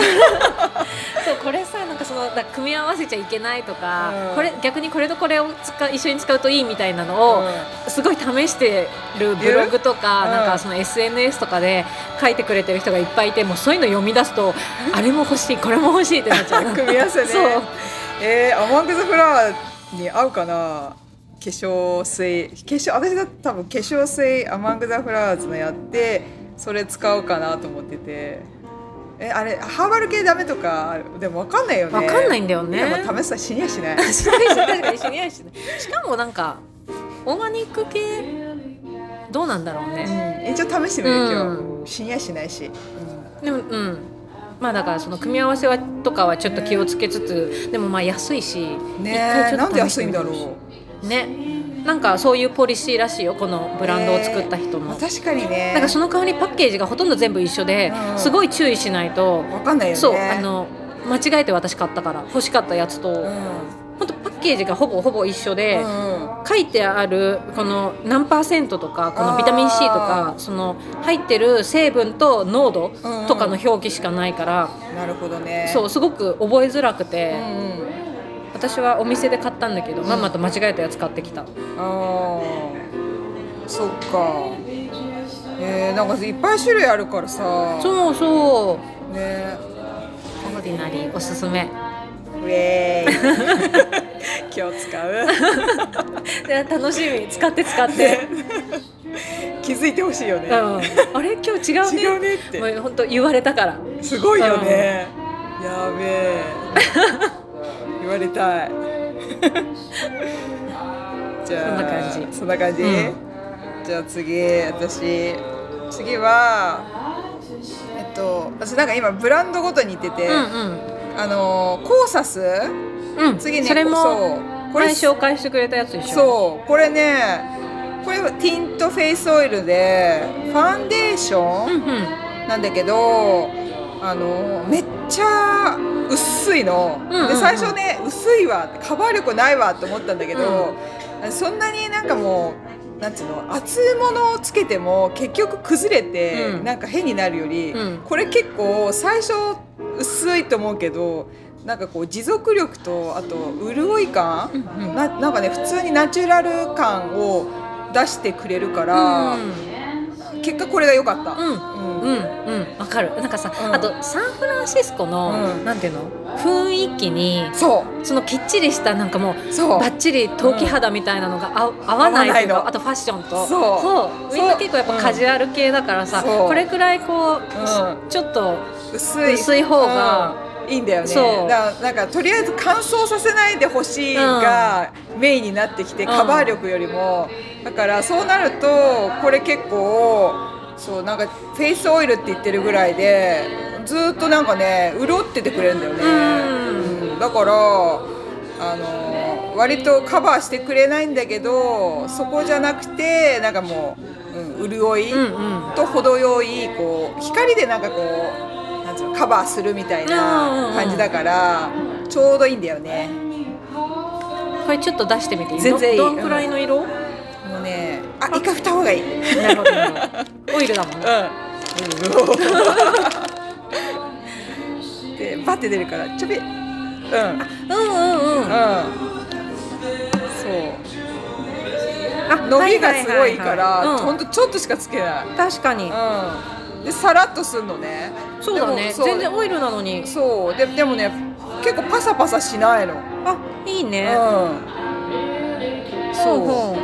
B: これさなんかそのだ組み合わせちゃいけないとか、
A: うん
B: これ逆にこれとこれを使う一緒に使うといいみたいなのを、すごい試してるブログとか、
A: うん
B: なんかその SNS とかで書いてくれてる人がいっぱいいてもうそういうの読み出すとあれも欲しいこれも欲しいってなっちゃう
A: 組み合わせね
B: そう
A: えー、アマングザフラワーに合うかな化粧水化粧私だって多分化粧水アマングザフラワーズのやってそれ使おうかなと思っててえあれハーバル系ダメとかあるでも分かんないよね
B: わかんないんだよね
A: いやまあ試したら死にやしない
B: し確かに知り合いしねしかもなんかオーガニック系どうなんだろうね
A: うん一応試してみる今日、
B: う
A: 死にやしないし、
B: でもうんまあだからその組み合わせはとかはちょっと気をつけつつでもまあ安いし一
A: ね
B: 回
A: え
B: ちょ
A: なん
B: っと
A: で
B: 試
A: 安
B: して
A: いん
B: みて
A: だ
B: ほし
A: ろう
B: ねなんかそういうポリシーらしいよこのブランドを作った人
A: まあ、
B: の
A: 確かにね
B: なんかその代わりパッケージがほとんど全部一緒で、
A: うん
B: すごい注意しないと、
A: わかんないよね
B: そうあの間違えて私買ったから欲しかったやつと、
A: うん
B: ほんとパッケージがほぼほぼ一緒で、
A: うんうん
B: 書いてあるこの何パーセントとかこのビタミン C とかその入ってる成分と濃度とかの表記しかないから、
A: なるほどね
B: そうすごく覚えづらくて、
A: うんうん
B: 私はお店で買ったんだけど、ママと間違えたやつ買ってきた。
A: ああそっかえー、なんかいっぱい種類あるからさ
B: そうそう
A: ね
B: オーディナリーおすすめ
A: うえーい今日使う
B: いや楽しみ使って使って、
A: 気づいてほしいよね
B: うん、、あれ今日違うね
A: 違うねって
B: もう本当言われたから
A: すごいよね、やべえ 言われたい じゃあ
B: そんな感じ
A: そんな感じ、
B: うん
A: じゃあ次私次はえっと私なんか今ブランドごとに行ってて、
B: うん
A: あのーコーサス
B: うんうん
A: 次ね
B: それ
A: そ
B: も
A: うこれ
B: 前紹介してくれたやつでしょ
A: そうこれねこれはティントフェイスオイルでファンデーショ
B: ん
A: ン
B: うん
A: なんだけど、あのーめっちゃ薄いの、
B: んうんうん
A: で最初ね薄いわカバー力ないわって思ったんだけど、そんなになんかもうなんつうの厚いものをつけても結局崩れて、
B: うん
A: なんか変になるより、
B: うん
A: これ結構最初薄いと思うけどなんかこう持続力とあと潤い感、
B: うんうん
A: ななんかね普通にナチュラル感を出してくれるから、結果これが良かった。
B: うん
A: うん
B: うんうんわかるなんかさ、
A: うん
B: あとサンフランシスコの、
A: うん
B: なんていうの雰囲気に
A: そ
B: そのきっちりしたなんかもう
A: うそう
B: バッチリ陶器肌みたいなのが合う合わないと
A: 合わな
B: いう
A: い
B: か
A: の
B: あとファッションと
A: そう
B: そうみんな結構やっぱカジュアル系だからさ、
A: そう
B: これくらいこう、
A: う
B: ちょっと
A: 薄い
B: 薄い方が、
A: うんいいんだよね
B: そう
A: だからなんかとりあえず乾燥させないでほしいがメインになってきて、
B: うん
A: カバー力よりもだからそうなるとこれ結構そうなんかフェイスオイルって言ってるぐらいでずーっとなんかね潤っててくれるんだよね、
B: うん
A: うんだからあの割とカバーしてくれないんだけどそこじゃなくてなんかもう、うん、潤い、
B: うんうん
A: と程よいこう光でなんかこうなんつうのカバーするみたいな感じだからちょうどいいんだよね
B: これちょっと出してみていい
A: 全然いい
B: どどんくらいの色、
A: もうねあ一回振った方がいいうん
B: なるほどなるほどオイルだもんね
A: でバッて出るからちょびうんうん
B: うんうんうん
A: そう
B: あ
A: 伸びがすごいか
B: はは
A: ら
B: はは
A: ほ
B: うん
A: んとちょっとしかつけない
B: 確かに
A: うんでさらっとすんのね
B: そうだ
A: で
B: ね
A: もそう
B: 全然オイルなのに
A: そうででもね結構パサパサしないの
B: あいい
A: うん
B: ねそう
A: そ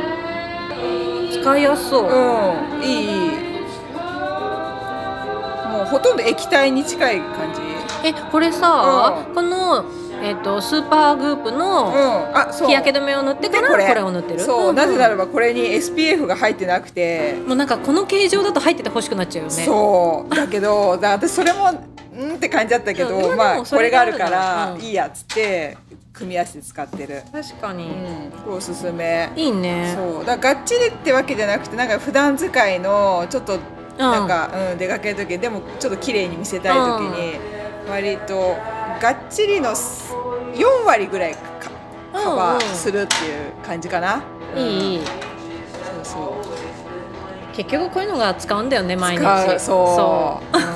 A: う
B: 使いやすそう、
A: うんいいいいもうほとんど液体に近い感じ
B: えこれさ、この、えー、とスーパーグープ
A: う
B: の
A: んあそう
B: 日焼け止めを塗ってから
A: でこれ
B: これを塗ってる
A: そう、
B: んん
A: なぜならばこれに SPF が入ってなくて、
B: もうなんかこの形状だと入ってて欲しくなっちゃうよね
A: そうだけどだ私それもうんって感じだったけど、
B: うんまあ
A: ま
B: で
A: あ
B: もそ
A: こ
B: れ
A: れ
B: が
A: が
B: あ
A: あ
B: る
A: る
B: な
A: かららいいやっつって組み合わせて使ってる、
B: 確かに、
A: うん、これおすすめ
B: いいね
A: そうだからがっちりってわけじゃなくてなんか普段使いのちょっとなんか、うん出かける時でもちょっと綺麗に見せたい時に、割とがっちりのす4割ぐらいかカバーするっていう感じかな、うん
B: いいいい
A: そうそう
B: 結局こういうのが使うんだよね毎日
A: 使う
B: そ
A: そううん
B: う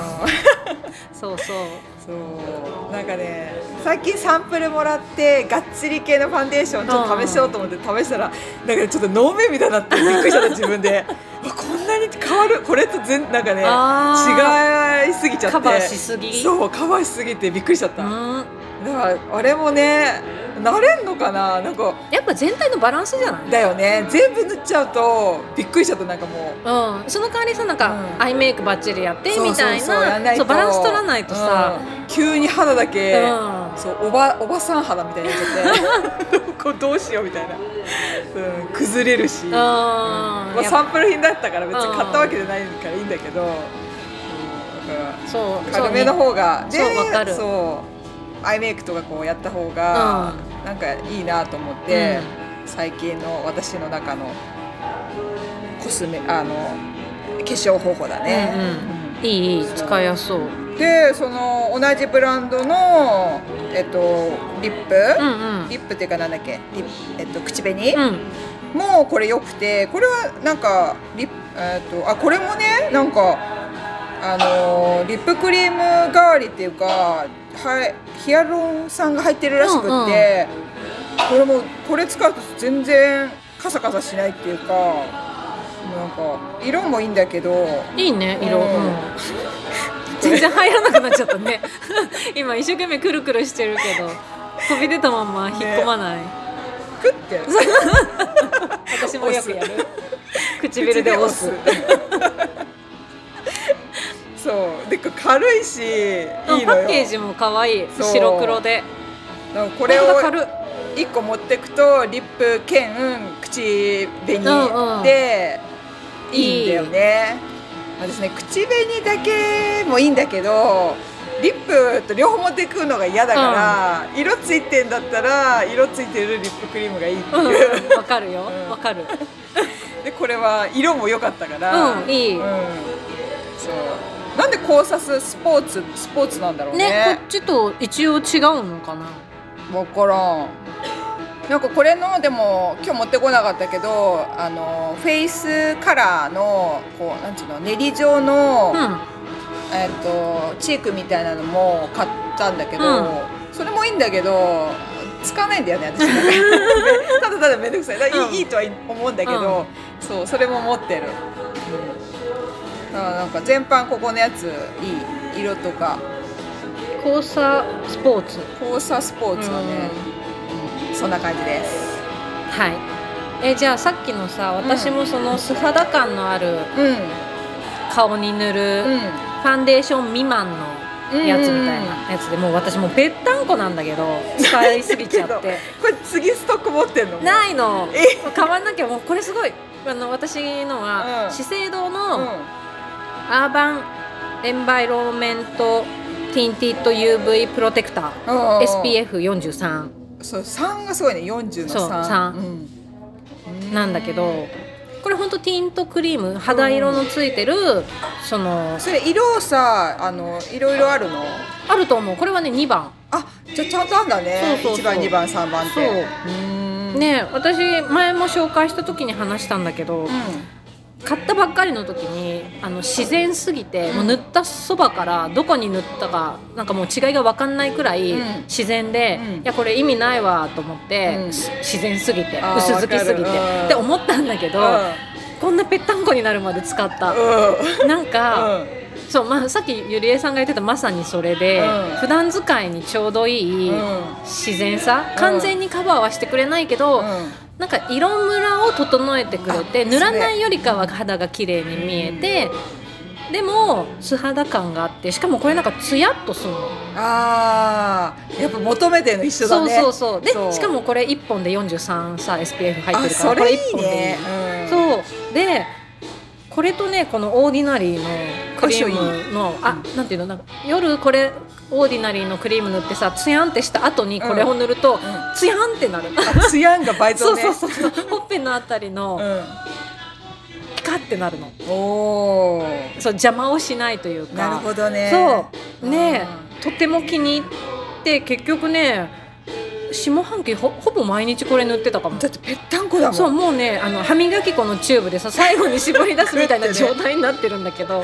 B: そうそう
A: そうなんかね最近サンプルもらってがっちり系のファンデーションちょっと試しようと思って試したらなんかちょっとノーメみたいになってびっくりしちゃった自分 でうわこんなに変わるこれと全なんかね
B: あ
A: 違いすぎちゃって
B: カバーしすぎ
A: そうカバーしすぎてびっくりしちゃった、
B: う
A: だか
B: ん
A: らあれもね慣れんのかななんか
B: やっぱ全体のバランスじゃない
A: だよね全部塗っちゃうとびっくりしちゃったなんかもう
B: うん、その代わりさなんか、
A: うん
B: アイメイクばっちりやって
A: そう
B: みたい
A: そうそうやんな
B: ないそ
A: と
B: うバランス取らないとさ、
A: うん急に肌だ
B: う
A: け、
B: ん
A: そうおばおばさん肌みたいになっちゃって こうどうしようみたいな、うん、崩れるし、
B: うん
A: まあ、
B: やっぱ
A: サンプル品だったから別
B: う
A: に
B: ん
A: 買ったわけじゃないからいいんだけど、うん、だ
B: そう
A: から軽め
B: そ
A: の
B: うね
A: 方が
B: そうわかる
A: そうアイメイクとかこうやった方が、なんかいいなと思って、最近の私の中のコスメあの化粧方法だね。
B: うん
A: うん
B: いいいい使いやすそううん
A: でその同じブランドの、えっと、リップ、
B: うん
A: リップっていうかなんだっけリップ、えっと、口紅、
B: うん
A: もうこれ良くてこれはなんかリップ、えっと、あこれもねなんかあのーリップクリーム代わりっていうかはいヒアルロン酸が入ってるらしくって、
B: うんうん
A: これもこれ使うと全然カサカサしないっていうかもうなんか色もいいんだけど
B: いいね色、
A: うん
B: うん全然入らなくなっちゃったね 今一生懸命くるくるしてるけど飛び出たまんま引っ込まない、
A: クッて
B: 私もよくやる唇
A: 唇
B: で
A: で
B: 押
A: 押
B: す
A: すそうで軽いしいい
B: パ
A: のよ
B: ッケージも可愛い
A: そう
B: 白黒で
A: なんかこれを
B: ほんと軽っ
A: 1個持ってくとリップ兼口
B: うんうん
A: 紅でいいんだよね、私ね口紅だけもいいんだけどリップと両方持ってくのが嫌だから、色ついてんだったら色ついてるリップクリームがいいって
B: うん
A: いう、
B: わかるよ
A: うん
B: わかる
A: でこれは色も良かったから、
B: うんいい
A: うんそうなんで考察スポーツスポーツなんだろうね
B: ねこっちと一応違うのかな
A: 分からんなんかこれのでも今日持ってこなかったけどあのフェイスカラーのこうなんていうの練り状の、
B: うん
A: えっとチークみたいなのも買ったんだけど、
B: うん
A: それもいいんだけど使わないんだよね私 ただただ面倒くさいだからいい,、
B: うん
A: いいとは思うんだけど、そうそれも持ってる、うん、だからなんか全般ここのやついい色とか
B: 交差スポーツ
A: 交差スポーツはね、うんそんな感じです
B: はいえじゃあさっきのさ私もその素肌感のある
A: うん
B: 顔に塗る
A: うん、
B: ファンデーション未満のやつみたいなやつでもう私もうぺったんこなんだけど使いすぎ ちゃっ
A: け
B: て
A: どこれ次ストック持ってんのい
B: ないの
A: え
B: もう買わなきゃもうこれすごいあの私のは、
A: うん
B: 資生堂
A: うん
B: のアーバンエンバイロメントティンティット UV プロテクター、
A: うん
B: SPF43
A: そう3がすごいね40の3
B: そう三
A: うん
B: なんだけど、これほんとティントクリーム肌色のついてる、その
A: それ色さあのいろいろあるの
B: あると思うこれはね2番
A: あじゃあちゃんとあんだね
B: そうそうそう
A: 1番2番3番って
B: そう
A: うん
B: ね私前も紹介した時に話したんだけど、
A: う
B: 買ったばっかりの時にあの自然すぎて、
A: うん
B: もう塗ったそばからどこに塗ったかなんかもう違いが分かんないくらい
A: うん
B: 自然で、
A: うん
B: いやこれ意味ないわと思って、
A: うん
B: す自然すぎて
A: あー
B: 薄付きすぎて
A: わかるうん
B: って思ったんだけど、
A: ん
B: こんなぺったんこになるまで使った。なんか、そうまあ、さっきゆりえさんが言ってたまさにそれで、
A: うん
B: 普段使いにちょうどいい
A: うんうん
B: 自然さ、
A: ん
B: 完全にカバーはしてくれないけど、
A: うん
B: なんか色ムラを整えてくれて
A: あ
B: 塗らないよりかは肌が綺麗に見えて、でも素肌感があってしかもこれなんかツヤっとするの
A: あーやっぱ求めてるの一緒だね
B: そうそうそうで
A: そう
B: しかもこれ1本で43さ SPF 入っ
A: あ
B: てるから
A: そ
B: これ
A: れい
B: 1
A: い
B: 本でいい
A: ねうん
B: そうでこれとねこのオーディナリーのクリームのあなんていうのなんか夜これオーディナリーのクリーム塗ってさツヤンってした後にこれを塗ると、
A: ん
B: ツヤンってなる、
A: あツヤンが倍
B: そ
A: 増
B: う
A: ね
B: そうそうそうほっぺのあたりの、ピカってなるの
A: うん、おお
B: そう邪魔をしないというか
A: なるほどね
B: そうね
A: うん
B: とても気に入って結局ね下半期ほほぼ毎日これ塗ってたかも
A: だってぺったんこだもん
B: そうもうねあの歯磨き粉のチューブで さ最後に絞り出すみたいな
A: だってね
B: 状態になってるんだけど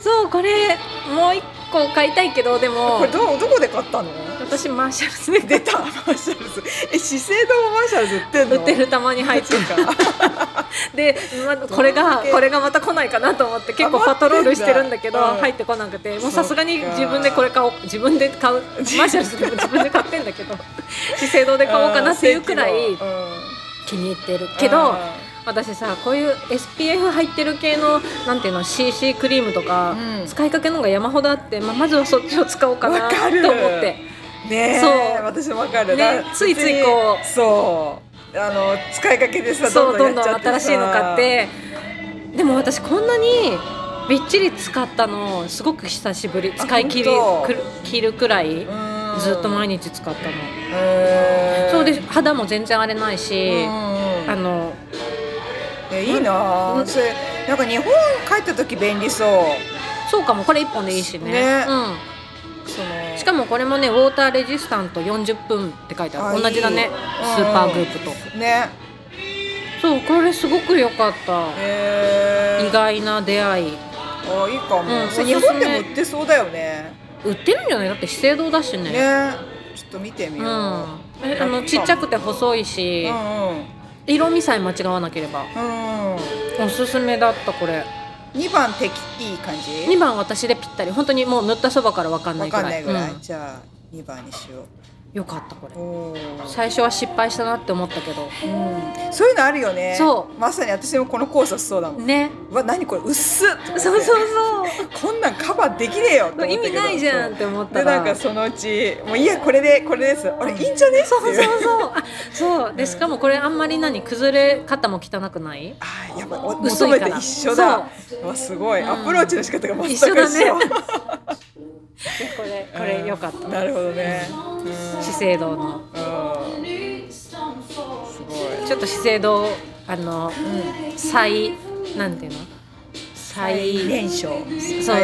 B: そうこれもう一個買いたいけどでも
A: これどどこで買ったの
B: 私マーシャルスで
A: 出たマーシャルズ え資生堂マーシャルズ売ってんの
B: 売ってるたまに入ってる
A: そうか
B: で、ま、これ
A: どん
B: が
A: だけ
B: これがまた来ないかなと思って結構パトロールしてるんだけど
A: 余ってんだうん
B: 入ってこなくても
A: そっ
B: う
A: か
B: さすがに自分でこれ買おう自分で買うマーシャルスでも自分で買ってんだけど資生堂で買おうかなっていうくらい
A: うん
B: 気に入ってるけど
A: うん
B: 私さこういう SPF 入ってる系のなんていうの CC クリームとか、
A: うん
B: 使いかけのが山ほどあって、まあ、まずはそっちを使おうかな
A: わ
B: と
A: か
B: 思っ
A: る
B: て
A: ねえ
B: そう
A: 私もわかる、
B: ね
A: な
B: ついついこう
A: 別にそうあの使いかけでさ
B: そうど
A: や
B: んど
A: っ
B: ん
A: ちゃってさ
B: 新しいの買ってでも私こんなにびっちり使ったのすごく久しぶり使い切り
A: 本当
B: くる切るくらい
A: うん
B: ずっと毎日使ったの、
A: へえ
B: そうで肌も全然荒れないし、
A: うん
B: あの
A: えいいな
B: う
A: あ
B: ん
A: それなんか日本帰った時便利そう
B: そうかもこれ1本でいいしね
A: ね
B: うん
A: その
B: しかもこれもねウォーターレジスタント40分って書いてあ
A: あ
B: る同じだ
A: いい
B: ね
A: うん
B: スーパーグループと
A: ね
B: そうこれすごく良かった
A: へえ
B: 意外な出会い
A: あいいかも、
B: うん
A: それ
B: おすす
A: 日本
B: め
A: でも売ってそうだよね
B: 売ってるんじゃないだって資生堂だしね
A: ねちょっと見てみ
B: う
A: よ
B: ん
A: う、
B: えあのちっちゃくて細いし
A: うんうん
B: 色味さえ間違わなければ
A: うん
B: おすすめだったこれ
A: 2番敵いい感じ
B: 2番私でぴったり本当にもう塗ったそばから分かん
A: わ
B: ないぐら
A: か
B: い
A: んないぐらい、
B: うん
A: じゃあ2番にしよ
B: よかったこれ
A: うおー
B: 最初は失敗したなって思ったけど
A: うんそういうのあるよね
B: そう
A: まさに私もこのコースはそうだもん、
B: ね
A: うわ何これ薄っと思って
B: そうそうそ
A: こんなんカバーできねえよって思
B: う
A: った
B: 意
A: けど
B: 味ないじゃんっ
A: そ
B: て思っ
A: うで
B: たら
A: なんかそのうちもういやこれでこれです俺いいんじゃねってい
B: そうそうそう。あ、そう。でしかもこれあんまり何崩れ方も汚くない？
A: あーやっぱお求
B: 薄い
A: め
B: か
A: て
B: ら
A: 一緒だわすごい、
B: うん
A: アプローチの仕方が全く一
B: 一緒
A: 緒
B: だね。 これこれ良かっ
A: うん
B: た。
A: なるほどね、うんうん、
B: 資生堂の
A: すごい
B: ちょっと資生堂あの、再なんていうの？
A: 最
B: 再
A: 年少
B: そう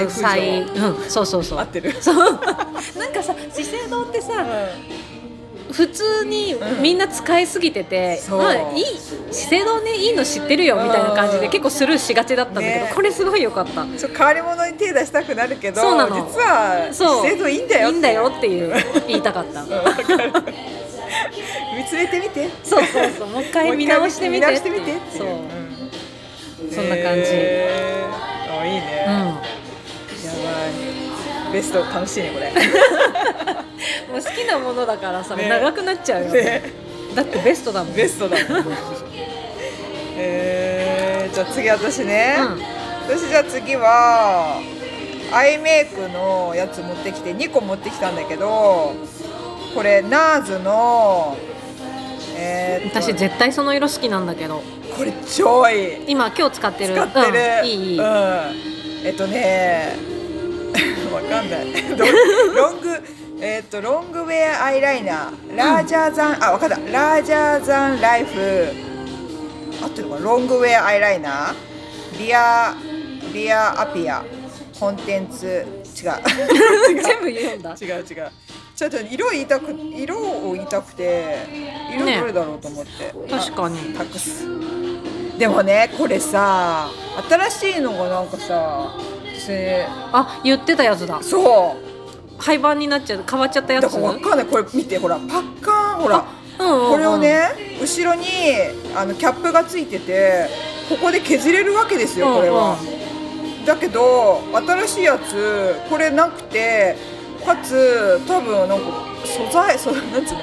A: 最
B: 再
A: 浮上
B: うんそうそ うそう
A: 合ってる
B: そうなんかさ資生堂ってさ普通にみんな使いすぎてて、
A: そう
B: まあいい資生堂ねいいの知ってるよみたいな感じで
A: うん
B: 結構スルーしがちだったんだけど、
A: ね
B: これすごい良かった
A: ちょっと変わり者に手出したくなるけど
B: そうなの
A: 実は
B: そう
A: 制度いいんだよ
B: いいんだよっていう言いたかった
A: うんわかる見つめてみて
B: そうそう そうもう一
A: も
B: 回
A: う一回
B: 見直して
A: 見
B: みて
A: 直してみてってい
B: そう、
A: うん
B: そんな感じ
A: へーあいいね、やばいベスト楽しいねこれ
B: うん、もう好きなものだからさ、
A: ね
B: 長くなっちゃうよね
A: ね
B: だってベストだも ん
A: ベストだえー、じゃあ次私ね、
B: うん
A: 私じゃあ次はアイメイクのやつ持ってきて2個持ってきたんだけどこれ NARS のえーっと
B: 私絶対その色好きなんだけど
A: これ超いい
B: 今今日使ってる
A: 使ってる、
B: うん、いいいい、
A: うん、えっとね わかんない ロンロングえっとロングウェアアイライナーラージャーザン、あわかったラージャーザンライフ合ってるのかなロングウェアアイライナーリアリアアピアコンテンツ 違う
B: 全部言うんだ
A: 違う違うちょっと色言いたく色を言いたくて色
B: ね
A: どれだろうと思って、
B: 確かに
A: タックスでもねこれさ新しいのがなんかさせ
B: あ言ってたやつだ
A: そう
B: 廃盤になっちゃう変わっちゃったや
A: だ
B: つ
A: からわかんないこれ見てほらパッカーンほら
B: うんうんうん
A: これをね後ろにあのキャップがついててここで削れるわけですよこれは、だけど新しいやつこれなくてかつ多分なんか素材そなんつうの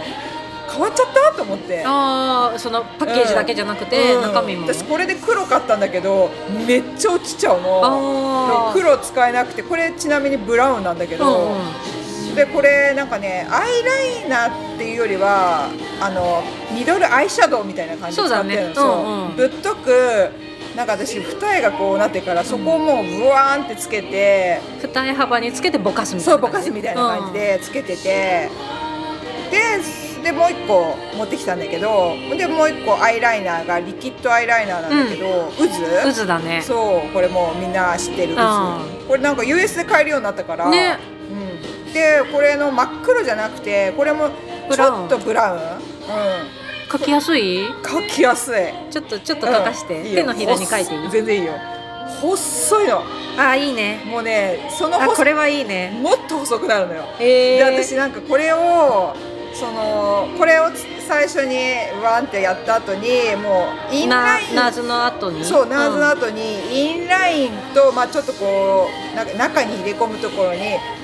A: 変わっちゃったと思って
B: ああそのパッケージだけじゃなくて、
A: うん
B: 中身も
A: 私これで黒買ったんだけどめっちゃ落ちちゃう
B: あ
A: の
B: ー
A: 黒使えなくてこれちなみにブラウンなんだけ
B: う
A: ど、
B: んうん
A: でこれなんかねアイライナーっていうよりはあのミドルアイシャドウみたいな感じで使ってるの
B: そうだねうんうん
A: ぶっとくなんか私二重がこうなってからそこをもうブワーンってつけて、
B: 二重幅につけてぼかすみたい
A: そう
B: な
A: ぼ
B: 感じ
A: かすみたいな感じ、でつけてて、ででもう一個持ってきたんだけどでもう一個アイライナーがリキッドアイライナーなんだけど、
B: う
A: 渦
B: ん渦だね
A: そうこれもうみんな知ってる渦
B: う
A: これなんか US で買えるようになったから、
B: ね
A: うん、でこれの真っ黒じゃなくてこれも
B: ブ
A: ち
B: ラウ
A: ょ
B: ン
A: っとブラウン
B: 書きやすい
A: うん、描きやすい
B: ちょっとちょっと書かして、
A: うんいいよ
B: 手のひらに書いていい
A: ほっ全然いいよ細いの
B: あーいいね
A: もうねその
B: あこ
A: 細
B: れはいいね
A: もっと細くなるのよ
B: え
A: で
B: ー、
A: 私なんかこれをそのこれをつ最初にワンってやった後にもうインラ
B: な
A: イン
B: ナーズの後に
A: そうナーズの
B: ん
A: 後にインラインと、まあ、ちょっとこうなんか中に入れ込むところに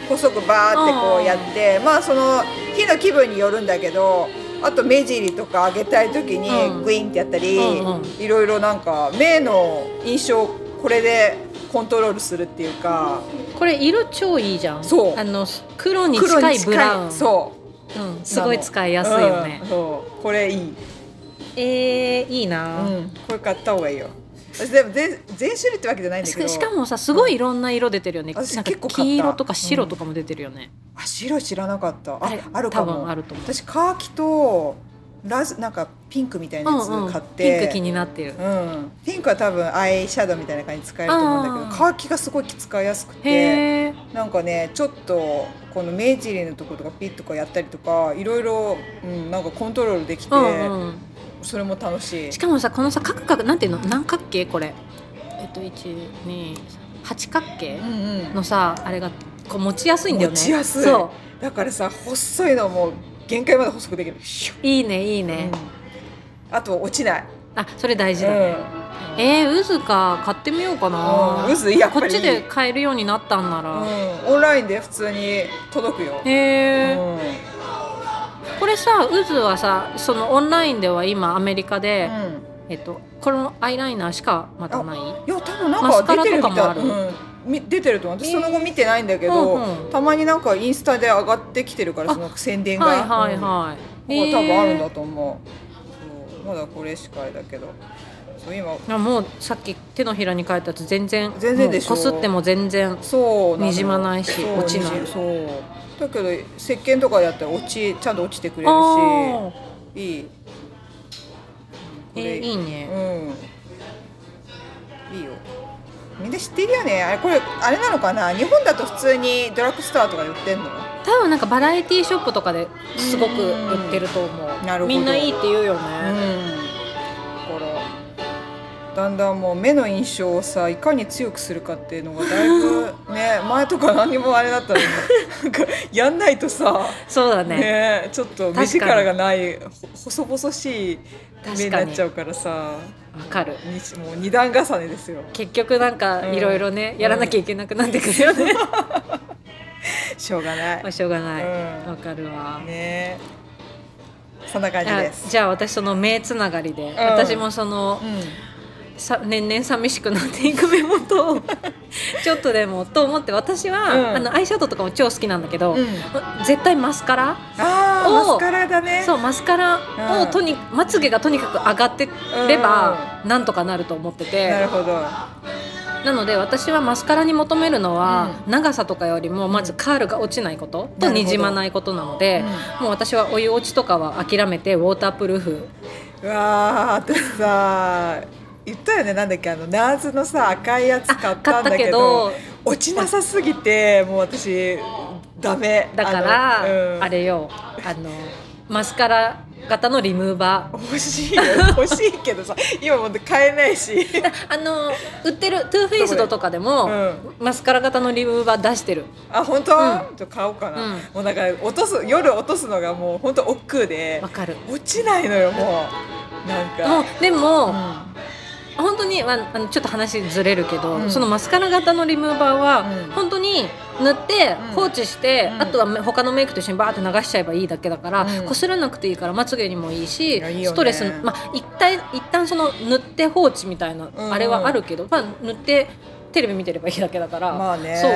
A: 細くバーってこ
B: う
A: うんやって、まあその日の気分によるんだけどあと目尻とか上げたい時
B: うん
A: にグインってやったり、
B: うんうん
A: いろいろなんか目の印象をこれでコントロールするっていうか
B: これ色超いいじゃん
A: そう
B: あの黒に近いブラウン
A: そう
B: うん、すごい使いやすいよね
A: うん、そうこれいい
B: えー、いいな、
A: うん、これ買った方がいいよ私でも全全種類ってわけじゃないんだ
B: し
A: けど
B: しかもさすごいいろんな色出てるよね、
A: 私
B: なんか
A: 結構買った
B: 黄色とか白とかも出てるよね、
A: あ白い知らなかったあ
B: あれ
A: あるか
B: 多
A: も
B: 分あると思う
A: 私カーキとラズなんかピンクみたいなやつ
B: うんうん、
A: 買っ
B: ピンク
A: て、
B: 気になってる
A: うんピンクは多分アイシャドウみたいな感じに使えると思うんだ
B: あ
A: け
B: ー
A: どカーキがすごい使いやすくて
B: へえ
A: なんかねちょっとこの目尻のとことかピッとかやったりとかいろいろ、うん、なんかコントロールできて、
B: うんうん
A: それも楽しい
B: しかもさこのさ角角なんていうの何角形これえっと128角形
A: うんうん
B: のさあれがこう持ちやすいんだよね
A: 持ちやすい
B: そ
A: だからさ細いのも限界まで細くできるシュッ
B: ういいねいいね、
A: うんあと落ちない、
B: あそれ大事
A: う
B: だね、
A: ん
B: えー、渦か買ってみようかな、
A: うん渦やっぱ
B: こ
A: り
B: っちで買えるようになったんなら、
A: うん、オンラインで普通に届くよ。
B: へえ、
A: うん
B: これさ渦はさそのオンラインでは今アメリカで、
A: うん
B: えっとこのアイライナーしかまだない
A: いや多分な
B: マス
A: ん
B: カ
A: か
B: ラ
A: 出てるみ
B: とかも
A: た
B: あ
A: い、
B: る
A: うん、み出てると思う私
B: えー
A: その後見てないんだけど、
B: うんうん
A: たまになんかインスタで上がってきてるから
B: あ
A: その宣伝が、
B: はいはいは
A: う
B: い、
A: ん
B: え
A: ここ多分あるんだ
B: ー
A: と思う,、そうまだこれしかあれだけどそう今
B: いやもうさっき手のひらに書いたやつ全然
A: 全然でしょ
B: もうこすっても全然
A: そうの
B: にじまないし
A: そう
B: 落ちない
A: にじそうだけど石鹸とかでやったら落ちちゃんと落ちてくれる
B: あー
A: しいい、
B: えーいいね
A: うんいいよみんな知ってるよねあれこれあれなのかな日本だと普通にドラッグストアとかで売ってんの
B: 多分なんかバラエティショップとかですごく売ってると思う
A: うんなるほど
B: みんないいって言うよ
A: うんだ
B: ね、
A: からだんだんもう目の印象をさいかに強くするかっていうのがだいぶね 前とか何もあれだったのになんかやんないとさ
B: そうだね
A: ねちょっと目力がないほ細々しい目になっちゃうからさ
B: わかる
A: にもう二段重ねですよ
B: 結局なんか
A: うん
B: いろいろね、やらなきゃいけなくなってくるよ ね、
A: しょうがない
B: まあしょうがない
A: うん
B: わ、かるわ、
A: ねそんな感じ
B: あ
A: です。
B: じゃあ私その目つながりで、私もその、
A: う
B: さ年々寂しくなっていく目元 をちょっとでもと思って私は、
A: うん
B: あのアイシャドウとかも超好きなんだけど、
A: ん。うん、
B: 絶対マスカラ、
A: ああ
B: を
A: マスカラだね。
B: そうマスカラを
A: うん
B: とに、まつげがとにかく上がってれば、なんとかなると思って
A: なる
B: て
A: ほど。
B: なので私はマスカラに求めるのは、長さとかよりもまずカールが落ちないことと
A: なるほど
B: にじまないことなので、もう私はお湯落ちとかは諦めてウォータープルーフ
A: うわあ私さ言ったよねなんだっけあのナーズのさ赤いやつ買ったんだけ
B: あ
A: ど
B: 買ったけ
A: 落ちなさすぎてもう私ダメ
B: だからあ,、
A: のうん
B: れよあのマスカラ型のリムーバー
A: 欲しいよ 欲しいけどさ今もう買えないし
B: あの売ってるトゥーフェイスドとかでも、
A: う
B: マスカラ型のリムーバー出してる
A: あ本当、
B: う
A: ちょっと買おうかな、
B: うん
A: もうだから落とす夜落とすのがもう本当億劫で
B: わかる
A: 落ちないのよもうなんか
B: もうでも、
A: うん
B: 本当に、まあ、あのちょっと話ずれるけど、
A: うん
B: そのマスカラ型のリムーバーは、
A: うん
B: 本当に塗って
A: うん
B: 放置して、
A: うん
B: あとは他のメイクと一緒にバーって流しちゃえばいいだけだから、
A: うん
B: こすらなくていいからまつげにもいいし
A: いやいいよね
B: ストレス、まあ、一旦一旦その塗って放置みたいな、
A: うん
B: あれはあるけど、まあ、塗ってテレビ見てればいいだけだから、
A: まあね
B: そ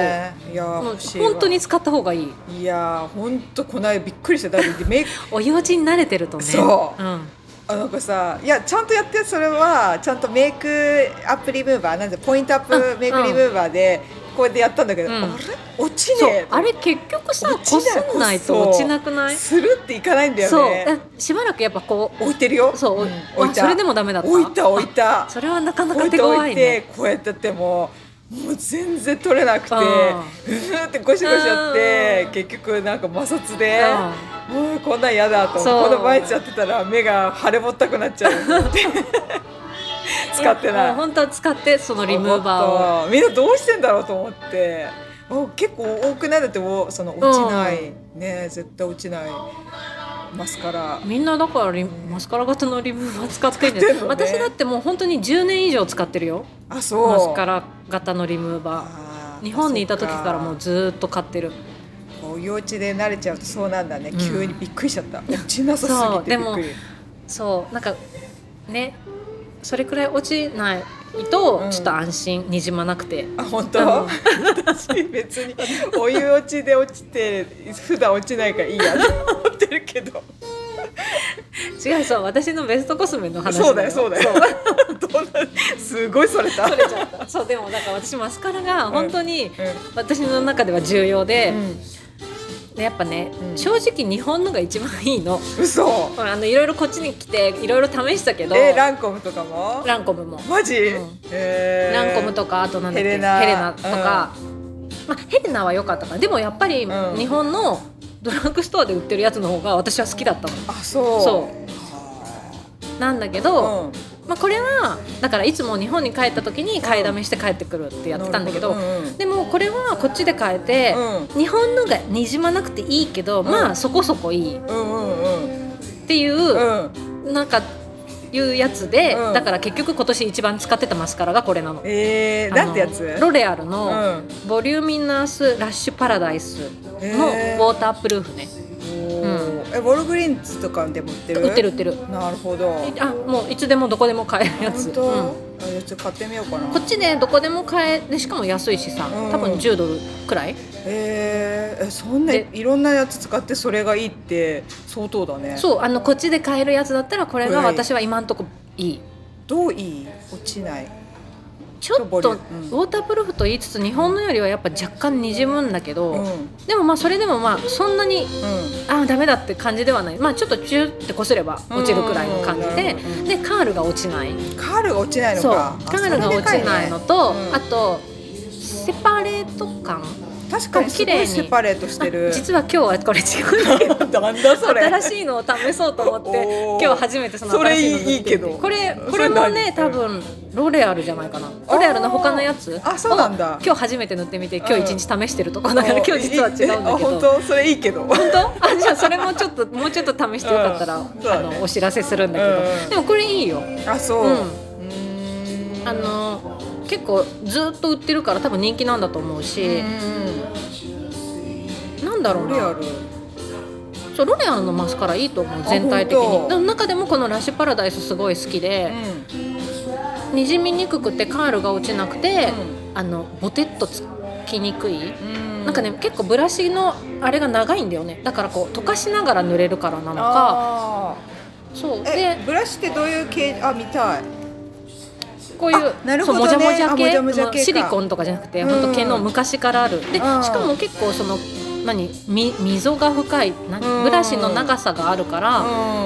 B: う
A: いやー
B: もう
A: 欲しいわ
B: 本当に使った方がいい
A: いやーほんとこの間びっくりしてだってメイク
B: お用事に慣れてるとね
A: そう
B: うん、
A: あの子さいやちゃんとやってそれはちゃんとメイクアップリムーバーなんてポイントアッ
B: う
A: プ
B: ん
A: メイクリムーバーでこうやってやったんだけど、
B: うん
A: あれ落ち
B: そ
A: ね
B: うあれ結局
A: え
B: さこすんないと落ちなくない
A: するっていかないんだ
B: そう
A: よね
B: えしばらくやっぱこう
A: 置いてるよ
B: そう、
A: ん
B: あそれでもダメだった
A: 置いた置いた
B: それはなかな
A: 置
B: か
A: い
B: 手
A: て
B: 強
A: 置い
B: い
A: て
B: ね
A: こうやってやってももう全然取れなくてう
B: うん
A: ーってゴシゴシやって
B: うん
A: 結局なんか摩擦
B: う
A: で
B: ん
A: もうこんなん嫌だと
B: そ
A: こ
B: う
A: の毎日やってたら目が腫れぼったくなっちゃうと思って 使って
B: やも
A: な
B: う
A: い
B: 本当は使ってそのリムーバーを
A: ーみんなどうしてんだろうと思ってもう結構多くないだってもうその落ちない、ね絶対落ちないマスカラ
B: みんなだからリマスカラ型のリムーバー使ってんじゃ
A: 使って
B: ん、
A: んのね
B: 私だってもう本当に10年以上使ってるよ
A: あそう
B: マスカラ型のリムーバー
A: あー
B: 日本にいた時からもうずーっと買ってる
A: お幼稚で慣れちゃうとそうなんだね、
B: うん
A: 急にびっくりしちゃった落ちなさすぎてびっくり
B: そうなんかねそれくらい落ちないと
A: うん
B: ちょっと安心、にじまなくて
A: あ本当私別にお湯落ちで落ちて普段落ちないからいいやと思ってるけど
B: 違うそう私のベストコスメの 話
A: そうだよそう
B: う
A: だよどんなすごいそれた
B: それじゃんそうでもだから私マスカラが本当に
A: う
B: 私の中では重要で、
A: ん、うん、
B: でやっぱね、
A: うん
B: 正直日本のが一番いいの
A: 嘘
B: ほらあのいろいろこっちに来ていろいろ試したけど、
A: えランコムとかも
B: ランコムも、
A: マジ、
B: うん
A: えー
B: ランコムとかあとなんだっけ
A: ヘレナ
B: とか、まあ、ヘレナは良かったからでもやっぱり
A: うん
B: 日本のドラッグストアで売ってるやつの方が私は好きだったの
A: あそう
B: そうなんだけど、
A: うん
B: まあ、これはだからいつも日本に帰った時に買いだめして帰ってくるってやってたんだけど、
A: なるほうん
B: でもこれはこっちで買えて、
A: うん
B: 日本のがにじまなくていいけど、ま
A: う
B: あそこそこいいっ
A: うんうんうん
B: ていうう、
A: んうん
B: なんかいうやつで、
A: うん
B: だから結局今年一番使ってたマスカラがこれなの。
A: えー、なんてやつ
B: あのロレアルの、
A: うん
B: ボリューミナスラッシュパラダイスのウ
A: へー
B: ォータープルーフね、
A: おーえウォルグリーンズとかでも売ってる
B: 売ってる売ってる
A: なるほど
B: あもういつでもどこでも買えるやつ、
A: 本
B: う
A: 当、
B: ん
A: あじゃあちょっと買ってみようかな
B: こっちねどこでも買えでしかも安いしさ、
A: うん
B: 多分10ドルくらい
A: えー、えそんな
B: で
A: いろんなやつ使ってそれがいいって相当だねう
B: そうあのこっちで買えるやつだったらこれが
A: はい
B: 私は今んとこいい
A: どういい落ちない
B: ちょっ
A: ボリ
B: と
A: ュ
B: ウ
A: ームうん
B: ォータープルーフと言いつつ日本のよりはやっぱ若干にじむんだけど、
A: うんうん
B: でもまあそれでもまあそんなにあーダメだって感じではないまあちょっとチューってこすれば落ちるくらいの感じで、
A: うんうんうん
B: でカールが落ちない
A: カールが落ちないの
B: そう
A: か
B: カ
A: あ
B: ールが落ちないの
A: それでか
B: と、
A: ねうん
B: あとセパレート感
A: いね確かにすごいセパレートしてる
B: あ実は今日はこれ違うんだけど
A: なんだ それ
B: 新しいのを試そうと思って
A: お
B: 今
A: ー
B: 日初めてその新しいの
A: それいいいいけど
B: これこ
A: そ
B: れ
A: れ
B: も
A: 何
B: ね多分ロレアルじゃないかなロレアルの他のやつ
A: あそうなんだ
B: を今日初めて塗ってみて今日一日試してるとこだ
A: だ
B: から今日実は違うんだけど
A: 本当それいいけど
B: 本当 あじゃあそれもちょっともうちょっと試してよかったら、
A: うんそう
B: あ
A: だね
B: のお知らせするんだけど、
A: うんうん
B: でもこれいいよ
A: あそう、
B: う
A: うんーん
B: あの結構ずっと売ってるから多分人気なんだと思う
A: う
B: し、
A: ん
B: なんだろ
A: う
B: うん
A: ロレア
B: な
A: ル
B: そうロレアルのマスカラいいと思う全体的
A: あ本
B: に
A: 当
B: でも中でもこのラッシュパラダイスすごい好きで、にじみにくくてカールが落ちなくて、あのボテッとつきにくい、
A: うん
B: なんかね結構ブラシのあれが長いんだよねだからこう溶かしながら塗れるからなの
A: あ
B: かそう
A: ーえ
B: で
A: ブラシってどういう系あ見たい
B: こういう
A: あなるほどね
B: そうもじゃもじ
A: あ
B: ゃ系
A: もじゃもじゃ系か
B: シリコンとかじゃなくて、
A: うん
B: 本当毛の昔からあるでし
A: うん
B: かも結構その何み溝が深いな
A: うん
B: ブラシの長さがあるから、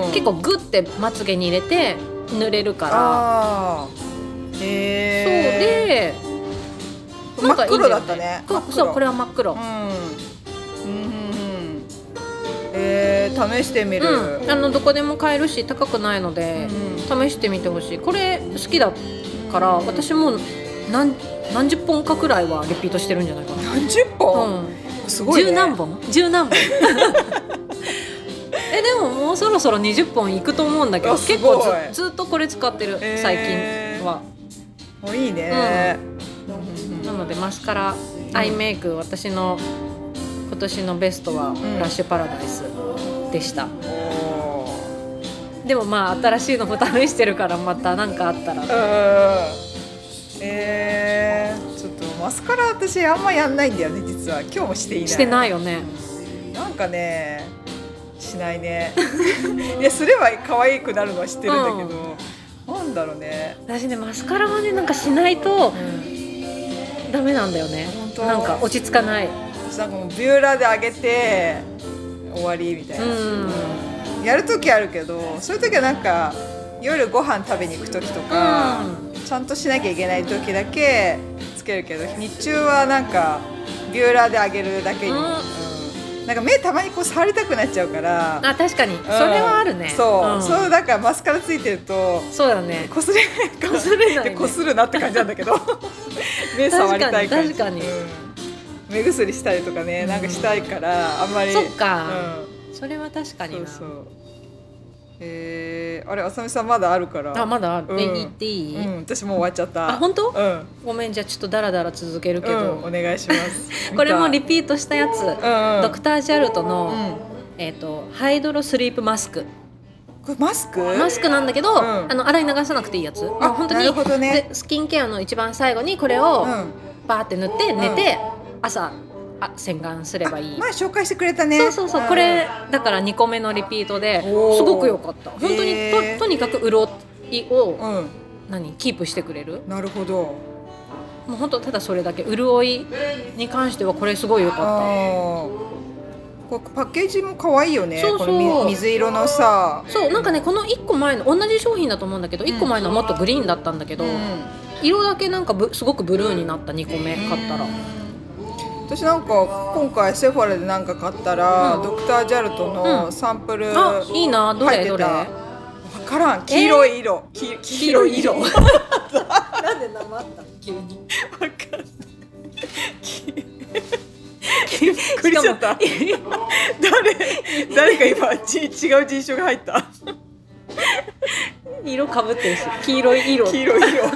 A: うん
B: 結構グッてまつげに入れて塗れるから
A: あー
B: そう
A: へえ
B: でな
A: 真
B: んか
A: っ
B: いいんだ
A: 黒だ
B: よ
A: ったね
B: こ
A: 真っ黒
B: そうこれは真っ黒、
A: うんうんうんうんえー、試してみる、
B: うん、あのどこでも買えるし高くないので、試してみてほしいこれ好きだから
A: うん
B: 私もう何何十本かくらいはリピートしてるんじゃないか
A: 何十
B: な、
A: 本、
B: うん
A: すごい、ね、
B: 十何本 十何本えでももうそろそろ20本いくと思うんだけど
A: あす
B: 結
A: ごい
B: 構ずずっとこれ使ってる
A: えー
B: 最近は、
A: もういいね、
B: なのでマスカラ、アイメイク私の今年のベストは「ラッシュパラダイス」でした、
A: お
B: でもまあ新しいのも試してるからまた何かあったら
A: ーうんえー、ちょっとマスカラ私あんまやんないんだよね実は今日もしていない
B: してないよね
A: なんかねしないね いやすれば可愛くなるのは知ってるんだけど、なんだろうね、
B: 私ねマスカラはねなんかしないとダメなんだよね
A: 本当
B: なんか落ち着かない
A: 私なんかもうビューラーで上げて終わりみたいな、
B: うん
A: やる時あるけどそういう時はなんか夜ご飯食べに行く時とか、ちゃんとしなきゃいけない時だけつけるけど日中はなんかビューラーで上げるだけに、
B: うん
A: うんなんか目たまにこう触りたくなっちゃうから、
B: あ確かにそ
A: うん
B: れはあるね
A: そう、
B: ん
A: そうだからマスカラついてると
B: そうだね
A: こすれないから
B: 擦れないね
A: でこするなって感じなんだ けど目触りたい感じ
B: 確かに確かに
A: うん目薬したりとかねなんかしたいからあんまり
B: そっかそれは確か
A: うん、そ
B: に
A: う
B: な
A: そうえー、あれあさみさんまだあるから
B: あまだある
A: うん
B: え言っていい
A: うん私もう終わっちゃった
B: あ本当
A: うん
B: ごめんじゃあちょっとダラダラ続けるけ
A: うん、
B: ど
A: お願いします
B: これもリ
A: プ
B: ピートしたやつ
A: うん
B: ドクター・ジャルト
A: う
B: の
A: ん
B: えっとハイドロスリープマスク
A: これマスク
B: マスクなんだけど、
A: ん
B: あの洗い流さなくていいやつ。
A: あ
B: 本当
A: な
B: に
A: るほどね
B: でスキンケアの一番最後にこれを
A: うん
B: バーって塗って寝て、朝あ洗顔すればいい。
A: 前紹介してくれたね
B: そうそうそう、
A: ん
B: これだから2個目のリピートで
A: おー
B: すごく良かった。本当に
A: へー
B: ととにかく潤いを、
A: うん
B: 何キープしてくれる。
A: なるほど
B: もう本当ただそれだけ潤いに関してはこれすごい良かっ
A: あーこれパッケージも可愛いよね
B: そうそう
A: このみ水色のさ
B: た。そうなんかねこの1個前の同じ商品だと思うんだけど1個前のはもっとグリーンだったんだけど、色だけなんかぶすごくブルーになった2個目買ったら。
A: 私なんか今回セフォラでなんか買ったら、
B: うん
A: ドクター・ジャルト
B: うん
A: のサンプル入
B: あ
A: っ、
B: いいな、どれ
A: て
B: どれ。
A: た、分からん黄色い色、き黄色い 色分か
B: なんで生あったの急
A: ん
B: に。
A: ない びっくりしちゃった誰誰か今ち違う人種が入った
B: 色かぶってるし、黄色い色。
A: 黄色い色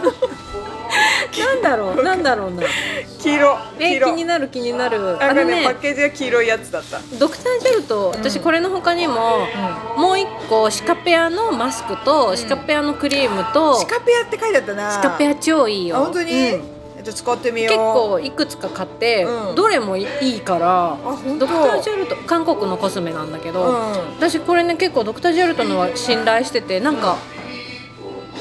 B: なんだろう、なんだろうな。
A: 黄色黄
B: え、気
A: 色
B: になる気になる。
A: な
B: あ
A: んか
B: れ
A: ねパ
B: ね
A: ッ、ケージが黄色いやつだった
B: ドクタージェルと、私これの他にも、もう一個シカペアのマスクと、シカペアのクリームと、
A: シカペアって書いてあったな
B: シカペア超いい
A: あ
B: よ。
A: 本当に、
B: うん
A: えっと使ってみよう
B: 結構いくつか買って、
A: うん
B: どれもいいから
A: あ本
B: ド
A: 当
B: クタージェルト韓国のコスメなんだけど、
A: うん
B: 私これね結構ドクター・ジェルトのは信頼しててなんか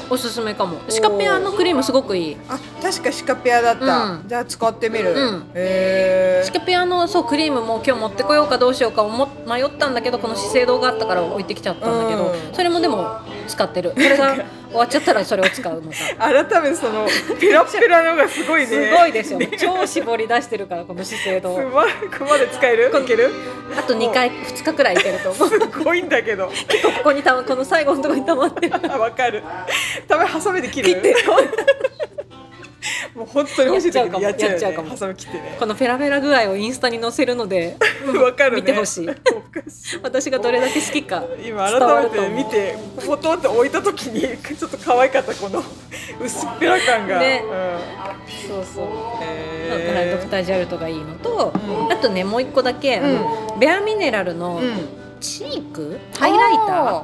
B: おすすめかもシカペアのクリームすごくいい
A: あ確かシカペアだった、
B: うん
A: じゃあ使ってみる、
B: うん
A: へえ
B: シカペアのそうクリームも今日持ってこようかどうしようか思っ迷ったんだけどこの資生堂があったから置いてきちゃったんだけど、
A: うん
B: それもでも使っ てるこれが終わっちゃったらそれを使うのさ
A: 改めてそのペラペラのがすごいね
B: すごいですよ、 超絞り出してるからこの資生堂
A: すごいここまで使えるいける
B: あと2回2日くらいいけると思う
A: すごいんだけど
B: 結構ここにたまこの最後のところに溜まってる
A: わかるたまにハサミで切る
B: 切って
A: もう本当に欲しい時にや
B: や
A: っ
B: っ
A: ち
B: ち
A: ゃう,、ね、
B: ゃうかもやっち
A: ハサ
B: ゃうかも
A: ミ切ってね
B: このフェラフェラ具合をインスタに載せるの で
A: わかるね
B: 見てほし い
A: おかしい
B: 私がどれだけ好きか
A: 今改めて見てポトンって置いた時にちょっと可愛かったこの薄っぺら感が、
B: ね
A: うん
B: そうそうだから
A: へ
B: ドクタージャルトがいいのと、
A: うん
B: あとねもう一個だけ、あのベアミネラルの
A: うん
B: チーク、ハイライター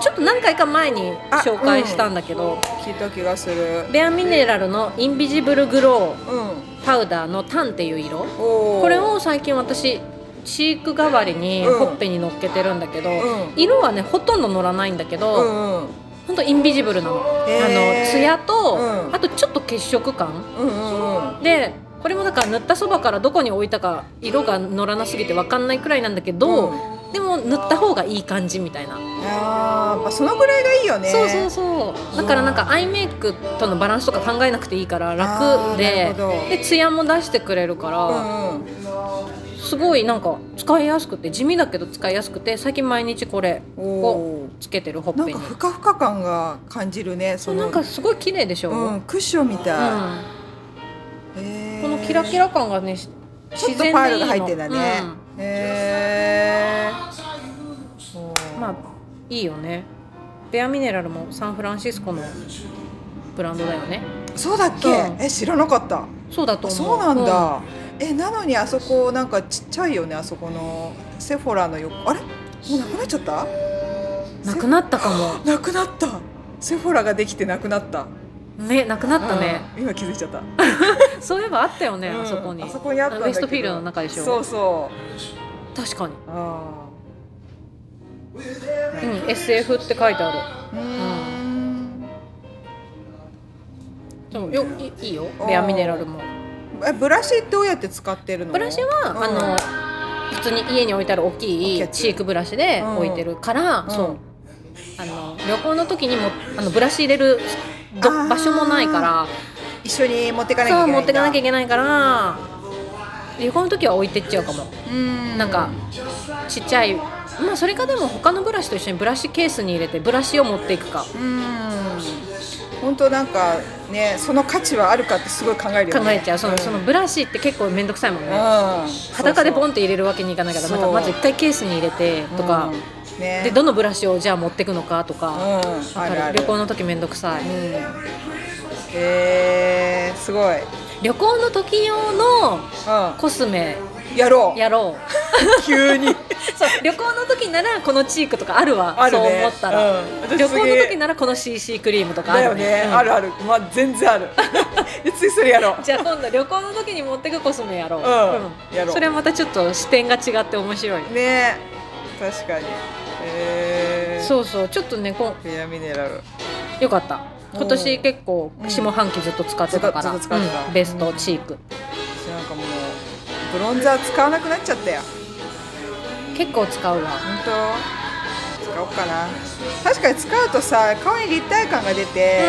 B: ちょっと何回か前に紹介したんだけど、
A: 聞いた気がする
B: ベアミネラルのインビジブルグロ
A: うん
B: ーパウダーのタンっていう色
A: おー
B: これを最近私チーク代わりに
A: うん
B: ほっぺに乗っけてるんだけど、
A: うん
B: 色はねほとんど乗らないんだけ
A: う
B: ど、
A: んうん
B: ほんとインビジブルなの。
A: へー
B: あのツヤと、
A: うん
B: あとちょっと血色感
A: うんうんうん
B: でこれもだから塗ったそばからどこに置いたか色が乗らなすぎて分かんないくらいなんだけど、
A: うん
B: でも塗った方がいい感じみたいな、
A: あーやっぱそのぐらいがいいよね
B: そうそうそうだからなんかアイメイクとのバランスとか考えなくていいから楽
A: あ
B: で
A: ーなるほど
B: でツヤも出してくれるか
A: う
B: ら、
A: んうん
B: すごいなんか使いやすくて地味だけど使いやすくて最近毎日これ
A: お
B: をつけてるほっぺ
A: なん
B: に
A: かふかふか感が感じるね
B: そ
A: そう
B: な
A: の
B: んかすごい綺麗でしょ、う
A: うんんクッションみたい、へー
B: このキラキラ感がねし
A: ちょ
B: 自
A: っと
B: 然でいい
A: パ
B: の
A: ールが入ってんだね
B: うん
A: へえ
B: まあいいよねベアミネラルもサンフランシスコのブランドだよね
A: そうだっけ、
B: うん
A: え知らなかった
B: そうだと
A: あ
B: 思
A: そ
B: う
A: うなんだ、えなのにあそこなんかちっちゃいよねあそこのセフォラの横あれもうなくなっちゃった
B: うんなくなったかも
A: なくなったセフォラができてなくなった
B: ねなくなったね、
A: うん今気づいちゃった
B: そういえばあったよね、
A: うん
B: あそこに
A: あそこにあったんだけ
B: ウエ
A: ど
B: ストフィールドの中でしょ
A: そうそ
B: 確かに、
A: うあ
B: うん SF って書いてあ
A: ーうーん
B: るでもよいいいよ
A: あー
B: レアミネラルも
A: えブラシどうやって使ってるの
B: ブラシは、
A: うん
B: あの普通に家に置いてある大き
A: 大きいや
B: い
A: つ
B: チークブラシで置いてるから、
A: うん
B: そうあの旅行の時にもあのブラシ入れるど
A: あー
B: 場所もないから
A: 一緒に持ってかなきゃいうけない
B: そ
A: んだ
B: 持ってかなきゃいけないから旅行の時は置いてっちゃうかも
A: うん
B: なんかちっちゃいまあそれかでも他のブラシと一緒にブラシケースに入れてブラシを持っていくか
A: うん本当なんかねその価値はあるかってすごい考えるよね
B: 考えちゃうその,、
A: ん
B: そのブラシって結構面倒くさいもんね
A: うん
B: 裸でポン
A: ン
B: って入れるわけにいかないからま
A: そ
B: た
A: う
B: まず一回ケースに入れてとか、
A: ね
B: でどのブラシをじゃあ持っていくのかと
A: うん
B: か、わ
A: あ
B: か
A: るあ
B: る
A: る
B: 旅行の時面倒くさい、
A: うんえー、すごい、う
B: 旅行の時用の
A: ん、
B: コスメ
A: やろう
B: やろう
A: 急に
B: そう旅行の時ならこのチークとかあるわ
A: あるね
B: そう思ったら、
A: うん
B: 旅行の時
A: の
B: ならこの CC クリームとかあ
A: だよ
B: るね
A: ね、
B: うん
A: あるあるまあ全 然あるで次それやろう
B: じゃあ今度旅行の時に持ってくコスメやろう、
A: うんやろう
B: それはまたちょっと視点が違って面白い、
A: ね確かにえー、
B: そうそうちょっとねこ
A: レアミネラル
B: よかった今年結構
A: うん
B: 下半期ずっと使ってたから、
A: ずっとずっと使ってた
B: うんベストチーク、
A: 私なんかもうブロンザー使わなくなっちゃったよ
B: 結構使うわ
A: 本当使おうかな確かに使うとさ顔に立体感が出て、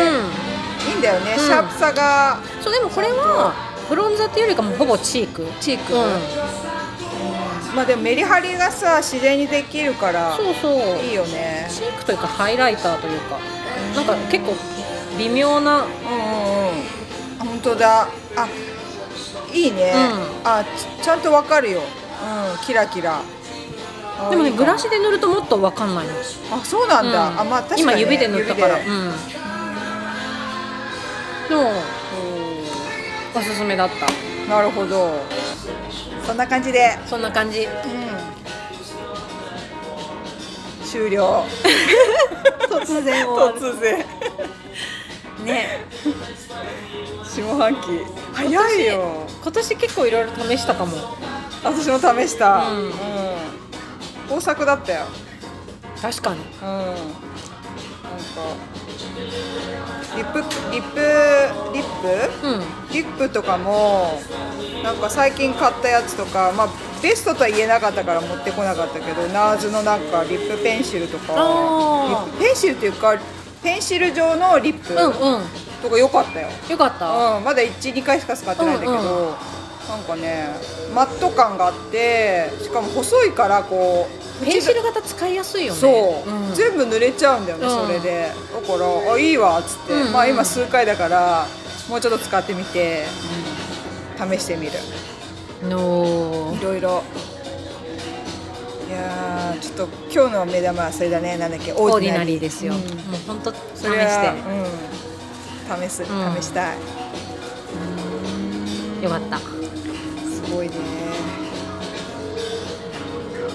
B: う
A: いいんだよね、
B: うん
A: シャープさが
B: んそうでもこれはブロンザーっていうよりかもほぼチーク
A: チーク、
B: うん
A: まあでもメリハリがさ自然にできるから
B: そうそう
A: いいよね
B: チークというかハイライターというかなんか結構微妙な
A: うんうんうんあ本当だあいいね、
B: う
A: あちちゃんとわかるよ、うん、キラキラあ
B: でもね
A: いいか
B: ブラシで塗るともっと分かんないの
A: あそうなんだ、
B: うん
A: あまあ確かに、ね、
B: 今指で塗ったから
A: 指で
B: うんでもおすすめだった
A: なるほどそんな感じで、
B: そんな感じ
A: うん、終了
B: 突然
A: 突然
B: ね
A: 下半期早いよ
B: 今年結構いろいろ試したかも
A: 私も試した、
B: うん
A: 工作だったよ、
B: 確かに
A: うん、なんかリップリップリップ
B: うん
A: リップとかもなんか最近買ったやつとか、まあ、ベストとは言えなかったから持ってこなかったけどナーズのなんかリップペンシルとか
B: あ
A: リ
B: ー
A: ップペンシルっていうかペンシル状のリップ
B: うんうん
A: とか良かったよ、
B: よかった
A: うん、まだ12回しか使ってないんだけど、
B: うんう
A: なんかねマット感があってしかも細いからこう
B: ペンシル
A: が
B: 型使いやすいよね
A: そう、
B: ん
A: 全部濡れちゃうんだよね、
B: うん
A: それでだからあいいわっつって、
B: うんうん
A: まあ今数回だからもうちょっと使ってみて、試してみる
B: の
A: いろいろいやーちょっと今日の目玉はそれだねなんだっけオ
B: オ
A: ー
B: ー
A: ディ
B: ディ
A: ナ
B: ナ
A: リ
B: リ
A: ー
B: ーですよ、
A: うん
B: もう本当試して
A: それはうん、試す
B: ん
A: 試したい、
B: よかった
A: すごいね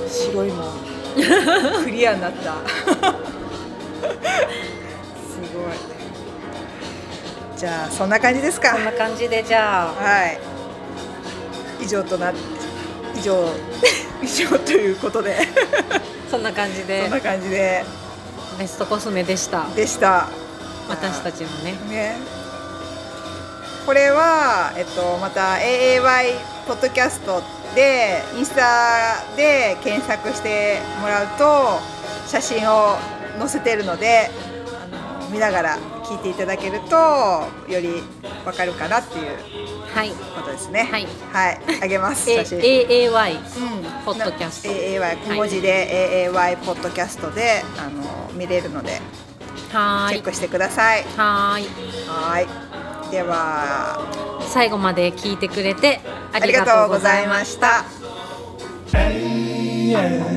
A: 白いもんクリアになったすごいじゃあそんな感じですか
B: こんな感じでじゃあ
A: はい以上とな以 上以上ということで
B: そんな感じ
A: そ
B: で
A: んな感じで
B: ベストコスメでした
A: でした
B: 私たちもね
A: ねこれは、えっと、また AAY ポッドキャストでインスタで検索してもらうと写真を載せてるのであの見ながら聞いていただけるとよりわかるかなっていう
B: はい
A: ことですね
B: はい、
A: はい、あげます写真
B: AAY
A: うん
B: ポッドキャスト
A: な AAY 小文字で AAY ポッドキャストであの見れるので
B: は
A: チェ
B: ー
A: ッ
B: い
A: クしてください
B: はーい
A: はいでは
B: 最後まで聞いてくれてあ
A: あ
B: り
A: りが
B: がと
A: と
B: う
A: う
B: ご
A: ご
B: ざ
A: ざ
B: い
A: い
B: ま
A: ますした。
C: yeah.